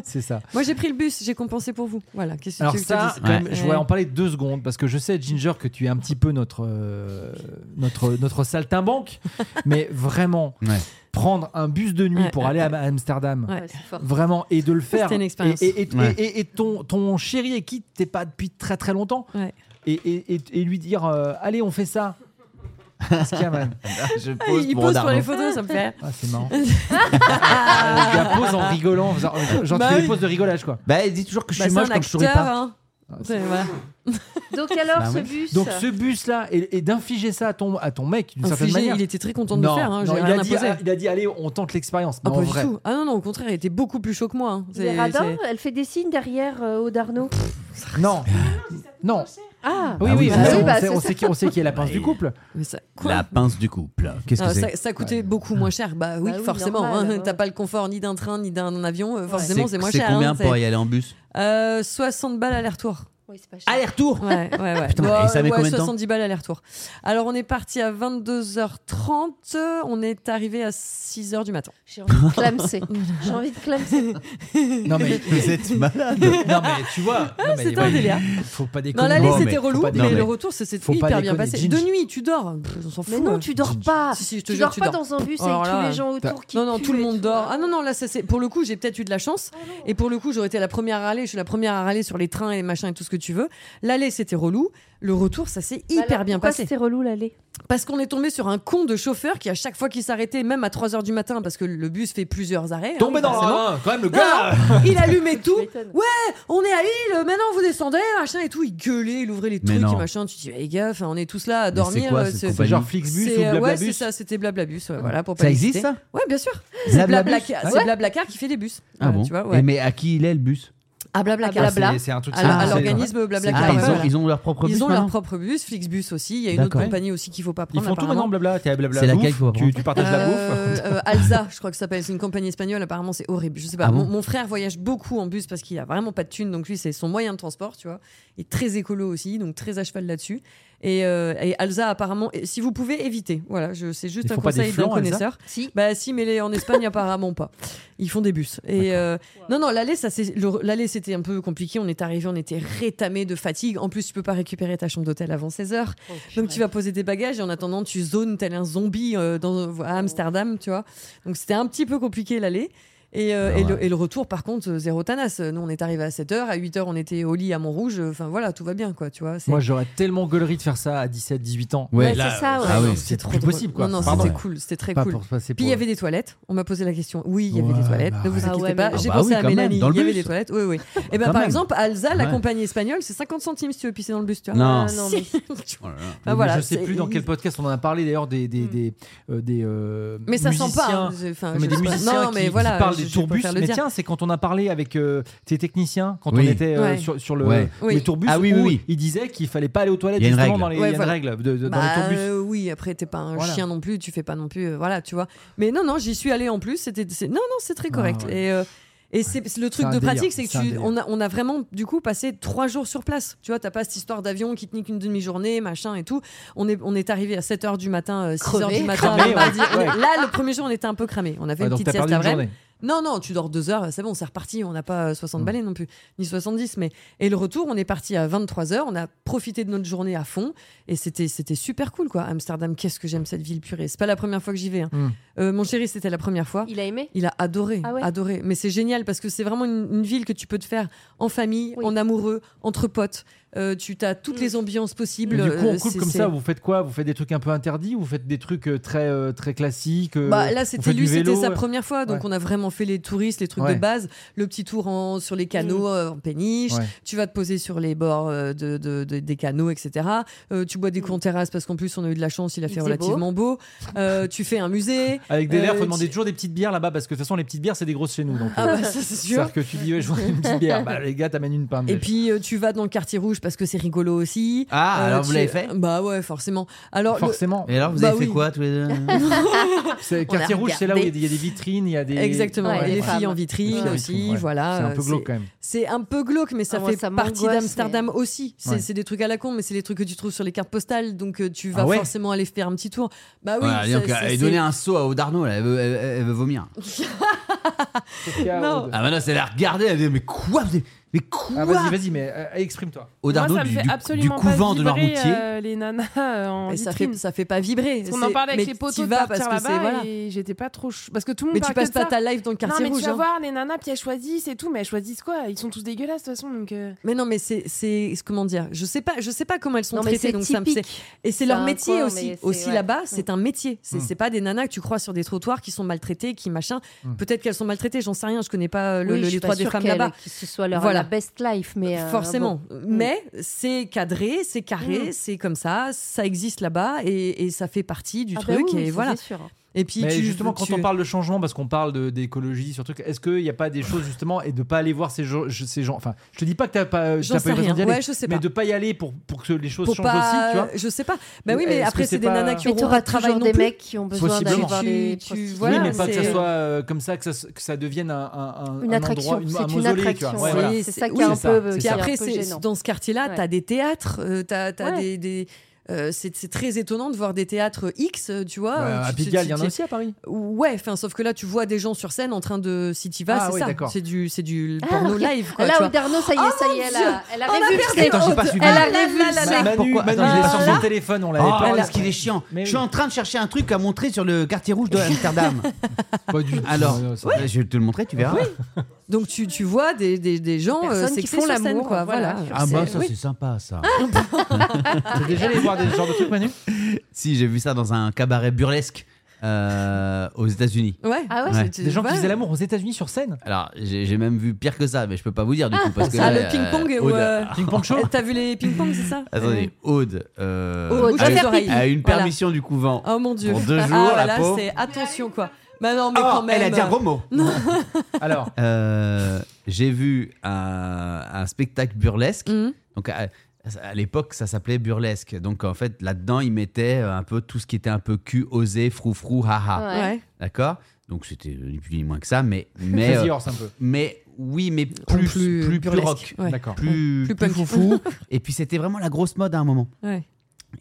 C'est ça. Moi, j'ai pris le bus, j'ai compensé pour vous. Voilà, qu'est-ce que Alors tu veux que je te ça, dise quand même, Ouais. je voulais en parler deux secondes parce que je sais, Ginger, que tu es un petit peu notre euh, notre notre saltimbanque, <laughs> mais vraiment Ouais. prendre un bus de nuit Ouais, pour ouais, aller à Amsterdam. Ouais. Ouais, c'est fort. Vraiment, et de le faire. C'était une Et- expérience. Et, et- Ouais. et- et ton, ton chéri et qui t'es pas depuis très très longtemps. Ouais. Et, et- et- et lui dire euh, Allez, on fait ça. Qu'est-ce qu'il y a, <laughs> man <laughs> Je Ah, pose Il pour pose pour Odarno. les photos, ça me fait. rire. Ah, c'est <laughs> marrant. Ah, le gars pose en rigolant. Genre, genre Bah tu fais oui. des poses de rigolage, quoi. Bah, elle dit toujours que je Bah, suis c'est moche un quand je souris acteur. pas. hein. C'est- voilà. Donc alors, Bah ce ouais. bus. Donc ce bus-là, et, et d'infliger ça à ton, à ton mec d'une certaine Infligé, manière. Il était très content de le Non, faire. hein, non, J'ai il, a rien dit, imposé. ah, il a dit allez, on tente l'expérience. Ah, Mais pas en du vrai, tout. Ah non, non, au contraire, il était beaucoup plus chaud que moi. hein. Il est C'est- radin, c'est- elle fait des signes derrière euh, Odarno. non, non. Ah, Oui, Ah oui, oui, on bah sait- oui, bah, on, sait, c'est on sait qui, on sait qui est la pince du couple. Mais ça- quoi La pince du couple. Qu'est-ce que Ah, c'est ça, ça coûtait beaucoup moins cher. Bah oui, Bah oui, forcément. normal, hein. ouais. T'as pas le confort ni d'un train ni d'un avion. euh, Forcément, c'est moins C'est cher. combien hein, pour c'est- y aller en bus Euh, 60 balles aller-retour. Oui, c'est pas cher. Aller-retour Ouais, ouais, ouais. <laughs> Putain, et ça met ouais, combien de temps 70 balles aller-retour. Alors, on est parti à 22h30. On est arrivé à 6h du matin. J'ai envie de clamser. J'ai envie de clamser. Non Ah, mais, <laughs> <laughs> Vous êtes malade non mais tu vois, non, mais, c'était ouais, un délire. Faut pas Non, déconner. l'aller, Bon, mais c'était faut relou, pas mais, déconner. le retour, ça s'est Faut pas hyper bien déconner, passé. Ginge. De nuit, tu dors. Pff, On s'en fout. Mais non, hein. tu dors pas. Si, si, je te Tu jure, dors tu pas dors. dans un bus Alors avec tous là, les gens autour qui. Non, non, puent tout le et monde tout. dort. Ah non, non, là, ça c'est. Pour le coup, j'ai peut-être eu de la Ah chance. Et pour le coup, j'aurais été la première à râler. Je suis la première à râler sur les trains et les machins et tout ce que tu veux. L'aller, c'était relou. Le retour, ça s'est Bah hyper alors, bien pourquoi passé. C'était relou l'aller. Parce qu'on est tombé sur un con de chauffeur qui, à chaque fois qu'il s'arrêtait, même à 3h du matin, parce que le bus fait plusieurs arrêts. Tomber hein, dans forcément. le quand même le Non, gars. non, il <laughs> allumait tout. Tu m'étonnes. Ouais, on est à Lille, maintenant vous descendez, machin et tout. Il gueulait, il ouvrait les Mais trucs non. et machin. Tu te dis, les gars, enfin, on est tous là à c'est dormir. quoi, euh, cette c'est- compagnie C'est genre Flixbus ou c'est- euh, ouais, c'est Blablabus. ça, c'était Blablabus. ouais, voilà, pour pas Ça les existe citer. ça Ouais, bien sûr. C'est Blablabla. Blablacar, Ah c'est ouais Blablacar qui fait des bus. Ah Voilà, bon tu vois, ouais. Et Mais à qui il est le bus À Blablacar, C'est- C'est un truc. à c'est- la- à c'est- l'organisme Ah, Blablacar. ils, ont, voilà. ils ont leur propre bus Ils ont leur maintenant propre bus, Flixbus aussi. Il y a une autre D'accord. compagnie aussi qu'il faut pas Ils prendre. font tout apparemment. maintenant blabla. T'es à blabla. C'est laquelle bouffe, qu'il faut tu, tu partages la bouffe. Euh, euh, Alsa, je crois que ça s'appelle. C'est une compagnie espagnole, apparemment, c'est horrible. Je sais pas. Ah bon mon, mon frère voyage beaucoup en bus parce qu'il a vraiment pas de thunes, donc lui, c'est son moyen de transport, tu vois. Il est très écolo aussi, donc très à cheval là-dessus. Et, euh, et Alza, apparemment, et si vous pouvez éviter, voilà, je- c'est juste Ils un font pas des conseil d'un flancs, Alza connaisseur. Si. Bah si, mais les- en Espagne <laughs> apparemment pas. Ils font des bus. Et euh, non, non, l'aller, ça c'est le- l'aller, c'était un peu compliqué. On est arrivé, on était rétamé de fatigue. En plus, tu peux pas récupérer ta chambre d'hôtel avant 16 h Donc tu vas poser des bagages et en attendant, tu zones tel un zombie euh, dans à Amsterdam, tu vois. Donc c'était un petit peu compliqué l'aller. Et, euh, Ah et le, ouais. et le retour, par contre, euh, zéro tanas. Nous, on est arrivé à 7h, à 8h, on était au lit à Montrouge. Enfin, voilà, tout va bien, quoi, tu vois. c'est- Moi, j'aurais tellement gueulerie de faire ça à 17, 18 ans. Ouais, Ouais, là, c'est ça, euh, ouais. Ah oui. c'est trop drôle. possible, quoi. Non, non, Pardon. c'était cool, c'était très Pas cool. pour se passer Puis il pour- y avait des toilettes. On m'a posé la question. Oui, il y avait Ouais, des toilettes. bah Ne vous ouais. inquiétez Ah ouais, pas. mais- J'ai Ah bah pensé oui, à quand même, Mélanie. dans le Il y avait bus. Ah, bah des toilettes. Oui, oui. Et ben Quand par même. exemple, Alza, la Ouais. compagnie espagnole, c'est 50 centimes si tu veux pisser dans le bus, tu vois. Non. Ah, <laughs> non, Si. mais- Tu vois. Enfin, Oh là là. Mais Bah voilà, je sais c'est- Hmm. plus dans quel podcast on en a parlé d'ailleurs des des des, euh, des, euh, Mais ça sent pas. hein. musiciens. Non, Enfin, mais je des sais pas. musiciens Non, mais qui, voilà, qui parlent je- des je peux tourbus. faire le Mais dire. tiens, c'est quand on a parlé avec euh, tes techniciens, quand Oui. on était euh, Ouais. sur, sur le, Ouais. Oui. les tourbus, Ah oui, où oui, oui. ils disaient qu'il fallait pas aller aux toilettes Il y a une justement règle. dans les, Ouais, il y a une voilà. règle de- de- dans Bah, les tourbus. euh, oui, après t'es pas un Voilà. chien non plus, tu fais pas non plus, euh, voilà, tu vois. Mais non, non, j'y suis allée en plus. C'était, c'est- non, non, c'est très correct. Ah, ouais. Et euh, et c'est c'est le truc un de délire, pratique, c'est que c'est un tu, délire. on a, on a vraiment du coup passé trois jours sur place. Tu vois, t'as pas cette histoire d'avion qui te nique une demi-journée, machin et tout. On est, on est arrivé à 7h du matin, 6h Crevé. du matin. Cramé, le mardi. ouais. On est- Ouais. Là, le premier jour, on était un peu cramé. On a fait Ah, une donc petite t'as sieste perdu une après. journée. Non, non, tu dors deux heures, c'est bon, c'est reparti. On n'a pas euh, Mm. 60 balais non plus, ni 70. Mais... Et le retour, on est parti à 23 heures. On a profité de notre journée à fond. Et c'était c'était super cool, quoi. Amsterdam, qu'est-ce que j'aime cette ville purée. C'est pas la première fois que j'y vais. hein. Mm. Euh, mon chéri, c'était la première fois. Il a aimé Il a adoré, Ah ouais adoré. Mais c'est génial parce que c'est vraiment une, une ville que tu peux te faire en famille, Oui. Mm. en amoureux, entre potes. Euh, tu as toutes les ambiances possibles. Du coup, Euh, en couple c'est- comme c'est- ça, vous faites quoi Vous faites des trucs un peu interdits ou vous faites des trucs euh, très euh, très classiques euh, Bah, vous là, c'était faites du lui, c'était vélo, euh, sa ouais. première fois. Donc, Ouais. on a vraiment fait les touristes, les trucs Ouais. de base. Le petit tour en- sur les canaux Mmh. euh, en péniche. Ouais. Tu vas te poser sur les bords euh, de, de- de- des canaux, etc. Euh, tu bois des coups en terrasse parce qu'en plus, on a eu de la chance, il a Mmh. Il fait faisait relativement beau. Euh, tu fais un <laughs> musée. Avec des Euh, l'air, faut tu- demander toujours des petites bières là-bas parce que de toute façon, les petites bières, c'est des grosses chez nous. Donc, Ah, euh, bah, ça, c'est sûr. c'est-à-dire que tu dis, ouais, je voudrais une petite <laughs> bière. Bah, les gars, t'amènes une pinte. Et puis euh, tu vas dans le quartier rouge parce que c'est rigolo aussi. Ah, Euh, alors vous tu- l'avez fait Bah ouais, forcément. Alors le- forcément. Et alors, vous Bah avez fait oui. quoi <laughs> tous les deux C'est- On a Quartier rouge, c'est là où il y a regardé. des- il y, a des vitrines, il y a des. Exactement, Ouais, et les les femmes. filles en vitrine Des filles en aussi, vitrine, ouais. voilà. C'est un peu euh, glauque quand même. C'est un peu glauque, mais ça Ah, moi, fait ça partie m'angoisse, d'Amsterdam aussi. C'est Ouais. c'est des trucs à la con, mais c'est les trucs que tu trouves sur les cartes postales, donc euh, tu vas Ah ouais forcément aller faire un petit tour. Bah oui. Voilà, dis ça- donc, ça- Elle c'est- donnait un saut à Odarno, là, elle veut, elle- elle- elle veut vomir. Non. Ah bah non, c'est la regarder, elle dit mais quoi vous avez- Mais quoi Ah, vas-y, vas-y, mais euh, exprime-toi. Odarno Moi, ça me du, fait du- du absolument pas couvent de vibrer, Noirmoutier. euh, les nanas euh, en Mais ça vitrine. fait ça fait pas vibrer. Parce qu'on en c'est- parlait avec mais les t'y potos de vas parce partir que là-bas c'est voilà. et j'étais pas trop... ch- Parce que tout le monde Mais parle tu que passes de pas ça. ta life dans le Non quartier mais tu rouge. vas hein. voir les nanas puis elles choisissent et tout mais elles choisissent quoi Ils sont tous dégueulasses de toute façon donc euh, Mais non, mais c'est c'est comment dire Je sais pas, je sais pas comment elles sont Non, mais traitées. c'est Donc ça me- c'est- typique. Et c'est C'est leur un métier coin, aussi. mais c'est- Aussi ouais. là-bas, c'est un métier. C'est Mm. c'est pas des nanas que tu crois sur des trottoirs qui sont maltraitées, qui machin. Mm. Peut-être qu'elles sont maltraitées, j'en sais rien. Je connais pas euh, le- Oui, le- je suis les pas droits des sûre femmes qu'elle- là-bas. Que ce soit leur Voilà. la best life, mais. euh, Forcément. bon. Mm. Mais c'est cadré, c'est carré, c'est comme ça. Ça existe là-bas et, et ça fait partie du Ah bah truc. oui, et ça, voilà. c'est sûr. Et puis Mais tu- justement, quand tu- on parle de changement, parce qu'on parle de- d'écologie, sur truc, est-ce qu'il n'y a pas des choses justement et de pas aller voir ces, gens- je- ces gens Enfin, je te dis pas que t'as pas, J'en t'as pas sais eu raison rien. d'y aller, Ouais, je sais pas. mais de pas y aller pour, pour que les choses Pour changent pas, aussi, tu vois. je sais pas. Bah oui, Est-ce mais que après c'est c'est des pas- nanas qui Mais auront pas t'auras de travail toujours non des plus. mecs qui ont besoin d'aller Possiblement. voir Tu- des tu- prostituées. voilà, oui, mais pas que ça c'est- soit euh, comme ça, que ça, se- que ça devienne un, un- un- Une un attraction, endroit, une, un c'est une mausolée, attraction. tu vois. ouais, voilà. Oui, c'est ça C'est- qui est oui, un c'est ça, peu, c'est qui Puis est ça. un après, peu c'est- gênant. dans ce quartier-là, Ouais. t'as des théâtres, euh, t'as t'as Ouais. des. des- euh, c'est c'est très étonnant de voir des théâtres X, euh, tu vois. Bah, euh, à tu- tu- Pigalle, il y en tu- a aussi à Paris. Ouais, enfin, sauf que là, tu vois des gens sur scène en train de. Si t'y vas, Ah c'est oui, ça. d'accord. C'est du, c'est du porno Ah, ok. live, quoi. Là, tu vois. Oh Oderno, ça y est, ça y est, elle Dieu. Oh, a, elle a Ah. On a revu perdu le Attends, j'ai pas Haute. suivi. Elle a là, revu là, là, le cercle. là. Bah, Manu, pourquoi Manu, Ah, il Attends, est je sur l'ai son là. téléphone, on l'avait Oh, pas. qu'est-ce qu'il est chiant Mais Je suis oui. en train de chercher un truc à montrer sur le <laughs> quartier rouge de Amsterdam. Pas du tout. Alors, non, non, ça- bah, je vais te le montrer, tu verras. Donc, tu, tu vois des, des, des gens Personnes euh, qui sexés font sur scène, l'amour, quoi. Voilà. voilà. Ah bah ça Oui. Ah. c'est sympa ça. T'es déjà allé voir des genres de trucs, Manu si j'ai vu ça dans un cabaret burlesque euh, aux États-Unis. Ouais. Ah ouais, Ouais. Tu- tu- Des gens qui ouais. faisaient l'amour aux États-Unis sur scène Alors j'ai j'ai même vu pire que ça, mais je peux pas vous dire du coup parce que Ah, là, le ping-pong. euh, ou, Aude- euh, Ping-pong show T'as vu les ping-pong, c'est ça Attendez, Aude, euh, Aude, bouge a, eu- les oreilles. a eu une Voilà. permission du couvent. Oh mon dieu. Pour deux Ah, jours, la voilà, là, pauvre. c'est attention, quoi. Bah non, mais Oh, quand même. elle a dit un gros mot. <laughs> Alors, Euh, j'ai vu un, un spectacle burlesque. Mhm. Donc à, à l'époque, ça s'appelait burlesque. Donc en fait, là-dedans, ils mettaient euh, un peu tout ce qui était un peu cul, osé, froufrou, haha. Ouais. Ouais. D'accord Donc c'était euh, ni plus ni moins que ça, mais mais Crazy euh, Horse un peu. mais oui, mais plus plus plus, plus burlesque. rock, Ouais. D'accord. plus Plus <laughs> plus punk. foufou. Et puis c'était vraiment la grosse mode à un moment. Ouais.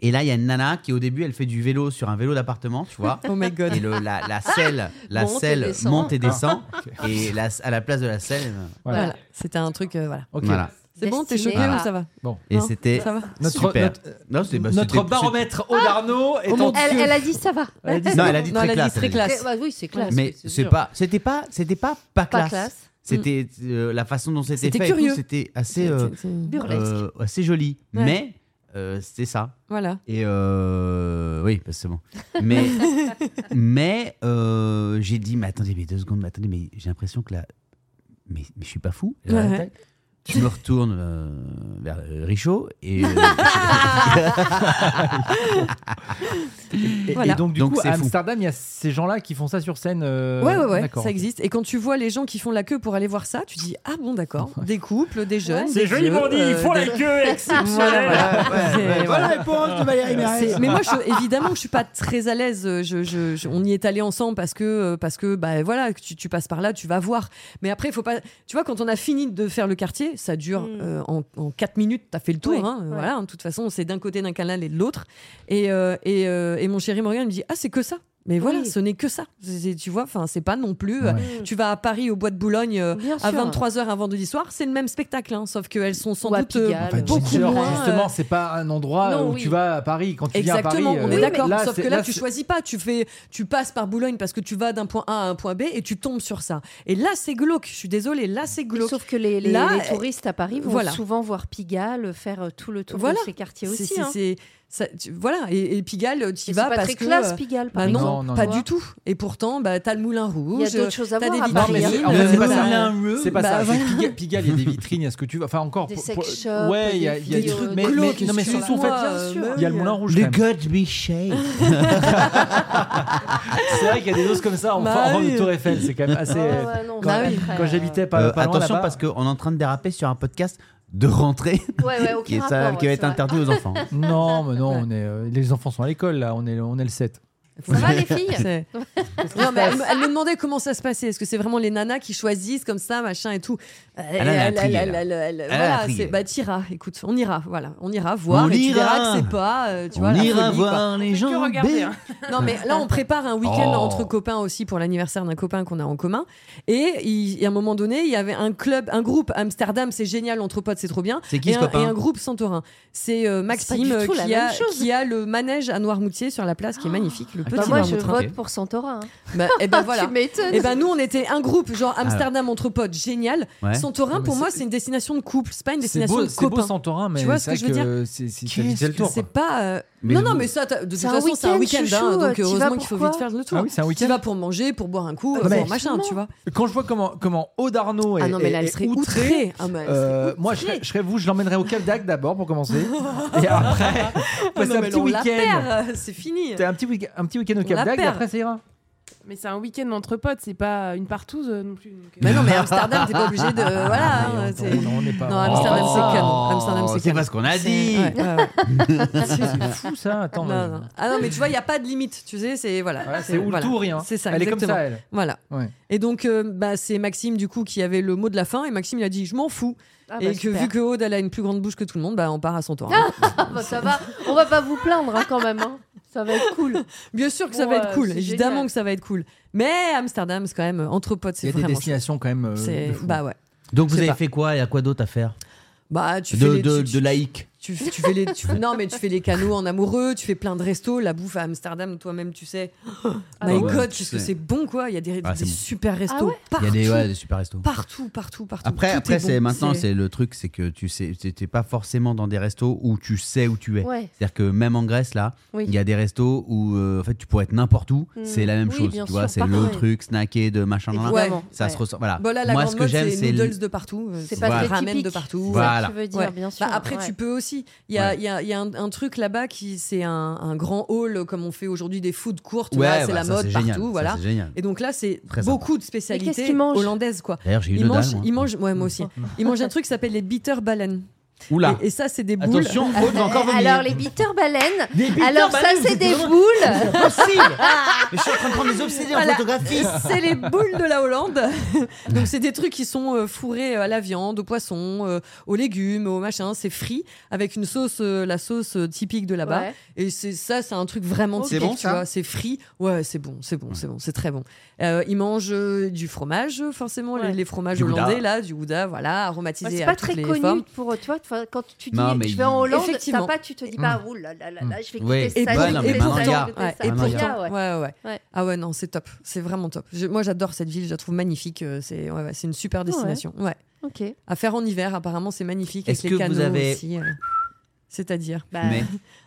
Et là, il y a une nana qui, au début, elle fait du vélo sur un vélo d'appartement, tu vois. Oh my god. Et le- la, la selle, la Monte et selle descend. monte Ah. <laughs> et descend. Et la- à la place de la selle. euh, Voilà. C'était un truc. euh, voilà. Ok. Voilà. C'est bon, t'es Destiné choqué à- ou ça va Et Non, c'était. Ça va. Notre, Super. notre, Non, c'était- bah, notre c'était- baromètre Odarno Ah Oh est en Elle, elle a dit ça va. Elle a dit c'était- ça. Non, elle a dit Non, très elle a dit classe. très elle a dit- classe. Eh, bah oui, c'est classe. Mais c'est sûr. pas, c'était pas, c'était pas pas Pas classe. classe. C'était euh, la façon dont c'était C'était fait. et tout, curieux. C'était assez, euh, C'est- c'est- Burlesque. euh, assez joli. Ouais. Mais euh, c'était ça. Voilà. Et euh, oui, bah, c'est bon. Mais, mais euh, j'ai dit, mais attendez, mais deux secondes, mais attendez, mais j'ai l'impression que là, mais, mais je suis pas fou. Euh, Ouais, ouais. Je me retourne euh, vers euh, Richaud et euh, <laughs> Et, et Voilà. donc, du Donc, coup, c'est à fou. Amsterdam, il y a ces gens-là qui font ça sur scène. euh, ouais, ouais, ouais, d'accord. ça existe. Et quand tu vois les gens qui font la queue pour aller voir ça, tu dis Ah bon, d'accord, des couples, des jeunes. Ces des jolis vieux, bandits, ils euh, font des- la queue <laughs> Voilà, exceptionnelle. voilà. C'est- voilà. réponse de Valérie C'est- Mais moi, je- évidemment, je suis pas très à l'aise. euh, Je, je- je- on y est allé ensemble parce que, euh, parce que, bah voilà, que tu, tu passes par là, tu vas voir. Mais après, il faut pas. Tu vois, quand on a fini de faire le quartier, ça dure Mm. euh, en, en 4 minutes. T'as fait le tour, Oui, hein, ouais. voilà. De toute façon, c'est d'un côté d'un canal et de l'autre. Et, euh, et, euh, et mon chéri Morgan il me dit, ah, c'est que ça. Mais voilà, Oui. ce n'est que ça. C'est- c'est- tu vois, enfin, c'est pas non plus. euh, Ouais. Tu vas à Paris au bois de Boulogne. euh, Bien sûr. à 23h un vendredi soir, c'est le même spectacle, hein, sauf qu'elles sont sans Ou à doute euh, Pigalle. Enfin, beaucoup Ginger, moins. euh, Justement, c'est pas un endroit Non, où oui. tu vas à Paris. Quand tu Exactement, viens à Paris, on est euh, d'accord. là, Sauf c'est- que là, tu c'est- choisis pas. Tu fais, tu passes par Boulogne parce que tu vas d'un point A à un point B et tu tombes sur ça. Et là, c'est glauque. Je suis désolée. Là, c'est glauque. Sauf que les, les- Là, les touristes à Paris vont voilà. souvent voir Pigalle, faire euh, tout le tour Voilà. de ces quartiers C'est- aussi. c'est- hein. c'est- ça- tu- voilà. Et, et Pigalle, tu Et y c'est vas pas parce très que. classe euh, Pigalle, par bah non, exemple. Non, non, pas non. du tout. Et pourtant, bah, t'as le Moulin Il y a Rouge. d'autres choses à t'as voir. des à Non, mais Paris. c'est en Le- fait, c'est pas voilà. ça. Moulin C'est pas Bah, ça. voilà. C'est <laughs> Pigalle- Pigalle, il y a des vitrines, il y a ce que tu veux. Enfin, encore. Des pour- sex pour- shops, Ouais, il y a des il y a des vidéos trucs. de Mais mais- glauques, non, mais surtout, en fait, excuse-moi, Bien euh, sûr. il y a le Moulin Rouge. quand même. God be shake. C'est vrai qu'il y a des doses comme ça en Bah forme oui. de Tour Eiffel. C'est quand même assez. <laughs> Ah ouais, non, Quand, bah oui. quand j'habitais pas, Euh, pas loin attention là-bas- parce qu'on est en train de déraper sur un podcast de rentrée <laughs> Ouais, ouais, aucun qui, est- ça- rapport, qui va ouais, être c'est vrai. interdit aux enfants. Non, mais non, on est, euh, les enfants sont à l'école là. On est, on est le 7. Ça va, les filles C'est- <laughs> Non, mais elle, me- elle me demandait comment ça se passait. Est-ce que c'est vraiment les nanas qui choisissent comme ça, machin et tout Euh, Elle a intrigué, elle- là. elle- elle- Elle a Voilà, intrigué. c'est bah t'iras. Écoute, on ira, voilà, on ira voir. On et tu verras ira. que c'est pas. euh, <laughs> tu vois, on la ira folie, quoi. voir les que gens. regarder, hein. Non, mais là, on prépare un week-end Oh. entre copains aussi pour l'anniversaire d'un copain qu'on a en commun. Et, il- et à un moment donné, il y avait un club, un groupe Amsterdam, c'est génial, entre potes, c'est trop bien. C'est qui et, ce un, copain et un groupe Santorin. C'est euh, Maxime pas du tout euh, qui, la a, même chose. qui a le manège à Noirmoutier sur la place qui est magnifique, le petit Bah, moi, je Noirmoutier. vote Ok. pour Santorin. hein. Bah, et ben voilà. <laughs> Tu m'étonnes. Et ben nous on était un groupe genre Amsterdam entre potes génial. Ouais. Santorin Ah. Mais pour c'est- moi c'est une destination de couple, c'est pas une C'est destination beau, de c'est beau copains. Santorin, mais Tu vois ce c'est que vrai je veux dire que c'est c'est- ça Qu'est-ce vite fait le que tour. C'est quoi. pas euh, Mais non vous- non mais ça t'as- de toute C'est un façon c'est un week-end, week-end hein, chouchou, donc tu vas heureusement pour qu'il faut quoi vite faire le tour. Ah oui, c'est un Tu week-end. vas pour manger, pour boire un coup, Ah, pour mais- un machin, tu vois. Quand je vois comment comment Aude Arnaud est, Ah non, mais là, est- elle est serait outrée, outrée. Ah, mais elle serait euh, moi, je serais, je serais vous, je l'emmènerais au Cap d'Agde d'abord pour <laughs> commencer, et après Ah, passer non, un mais petit on la week-end. perd, C'est fini. T'as un petit week un petit week-end au On la Cap d'Agde, et perd. après ça ira. Mais c'est un week-end entre potes, c'est pas une partouze euh, non plus. donc, euh, Mais non, mais Amsterdam, t'es pas obligé <laughs> de. Voilà. Mais hein, Ah, on- c'est- on- on n'est pas- Non, Amsterdam, Oh, c'est calme. Amsterdam, c'est C'est calme. pas ce qu'on a dit. C'est- ouais, Ah, ouais, ouais. C'est fou ça. Attends. Non, euh, non. Ah non, mais tu vois, il n'y a pas de limite, tu sais, c'est voilà. ouais, c'est ou le voilà. tout ou rien. C'est ça, Elle est exactement. comme ça, elle. Voilà. Ouais. Et donc, euh, bah, c'est Maxime, du coup, qui avait le mot de la fin. Et Maxime, il a dit Je m'en fous. Ah, bah, et que super. vu que Aude, elle a une plus grande bouche que tout le monde, bah, on part à son tour. Ah, bah, ça va, on va pas vous plaindre hein, quand même. hein. Ça va être cool. <laughs> Bien sûr que ça Bon, va être euh, cool. c'est Évidemment génial. que ça va être cool. Mais Amsterdam, c'est quand même euh, entre potes, Il y c'est a des vraiment. destinations quand même. euh, C'est de fou. bah ouais. Donc vous Je sais avez pas. fait quoi et à quoi d'autre à faire Bah, tu fais de, les, de, tu- de laïque. tu, tu fais les tu- non mais tu fais les canaux en amoureux tu fais plein de restos la bouffe à Amsterdam toi-même tu sais <gasps> my ouais, god tu qu'est-ce que sais. c'est bon quoi il y a des, Ah, des c'est bon. super restos bah Ah Il ouais partout, y a des, ouais, des super restos. partout partout partout Après, Tout après est bon. c'est maintenant c'est le truc, c'est que tu sais, t'es t'es pas forcément dans des restos où tu sais où tu es. Ouais. C'est-à-dire que même en Grèce là, Oui. il y a des restos où euh, en fait tu pourrais être n'importe où, Mm. c'est la même Oui, chose. bien Tu vois, sûr, c'est pareil. le truc snacké de machin. nan, nan. Ouais. Évidemment. Ça Ouais. se ressent. Voilà. Bah là, la Ah, Moi, ce grande que mode, j'aime, c'est c'est noodles le- de partout. euh, C'est pas Voilà. très ramen typique. de partout. Voilà. Tu veux dire, Ouais. bien sûr. Bah, après, ouais. tu peux aussi. Il y a, il y a- il y a un, un truc là-bas qui c'est un, un grand hall comme on fait aujourd'hui des food courts. tu vois, Ouais, c'est bah, la ça, mode génial. partout. Ça, voilà. C'est génial. Et donc là, c'est Très beaucoup de Mais qu'est-ce spécialités qu'ils mangent hollandaises quoi. D'ailleurs, j'ai eu Ils deux dalles. mangent, <laughs> moi. ils mangent, ouais, moi aussi. Ils mangent un truc qui s'appelle les bitter baleines. Oula. Et, et ça, c'est des boules. Attention, autre encore venir. Alors, les Peter Baleines. Des Peter Alors, ça, Baleines, c'est vous êtes des vraiment- boules. C'est possible Mais je suis en train de prendre des obsédés Voilà. en photographie. <laughs> C'est les boules de la <laughs> Hollande. Donc c'est des trucs qui sont euh, fourrés à la viande, au poisson, euh, aux légumes, au machin. C'est frit avec une sauce, euh, la sauce euh, typique de là-bas. Ouais. Et c'est ça, c'est un truc vraiment C'est typique, bon, tu ça vois. C'est frit. Ouais, c'est bon, c'est bon, c'est bon, c'est très bon. Euh, ils mangent euh, du fromage, euh, forcément, les, Ouais. les fromages Du gouda. hollandais, là, du gouda, voilà, aromatisé Ouais, C'est à pas toutes très les connu formes. pour toi. Enfin, Quand tu dis Non, mais je vais il- en Hollande, t'as Effectivement. pas, tu te dis pas, ouh là là là, là, je vais Ouais. quitter Et ça, bah, je non, vais mais quitter maintenant, ça, il y a- je vais quitter Ouais, ça. et Maintenant, il y a- pourtant, ouais, ouais, ouais. Ouais. Ah ouais, non, c'est top, c'est vraiment top. Je- moi, j'adore cette ville, je la trouve magnifique. euh, C'est ouais, ouais, c'est une Ah super destination. Ouais. Ok. À faire en hiver, apparemment, c'est magnifique. Est-ce avec les que vous canaux avez- aussi, euh. C'est-à-dire Bah, Mais,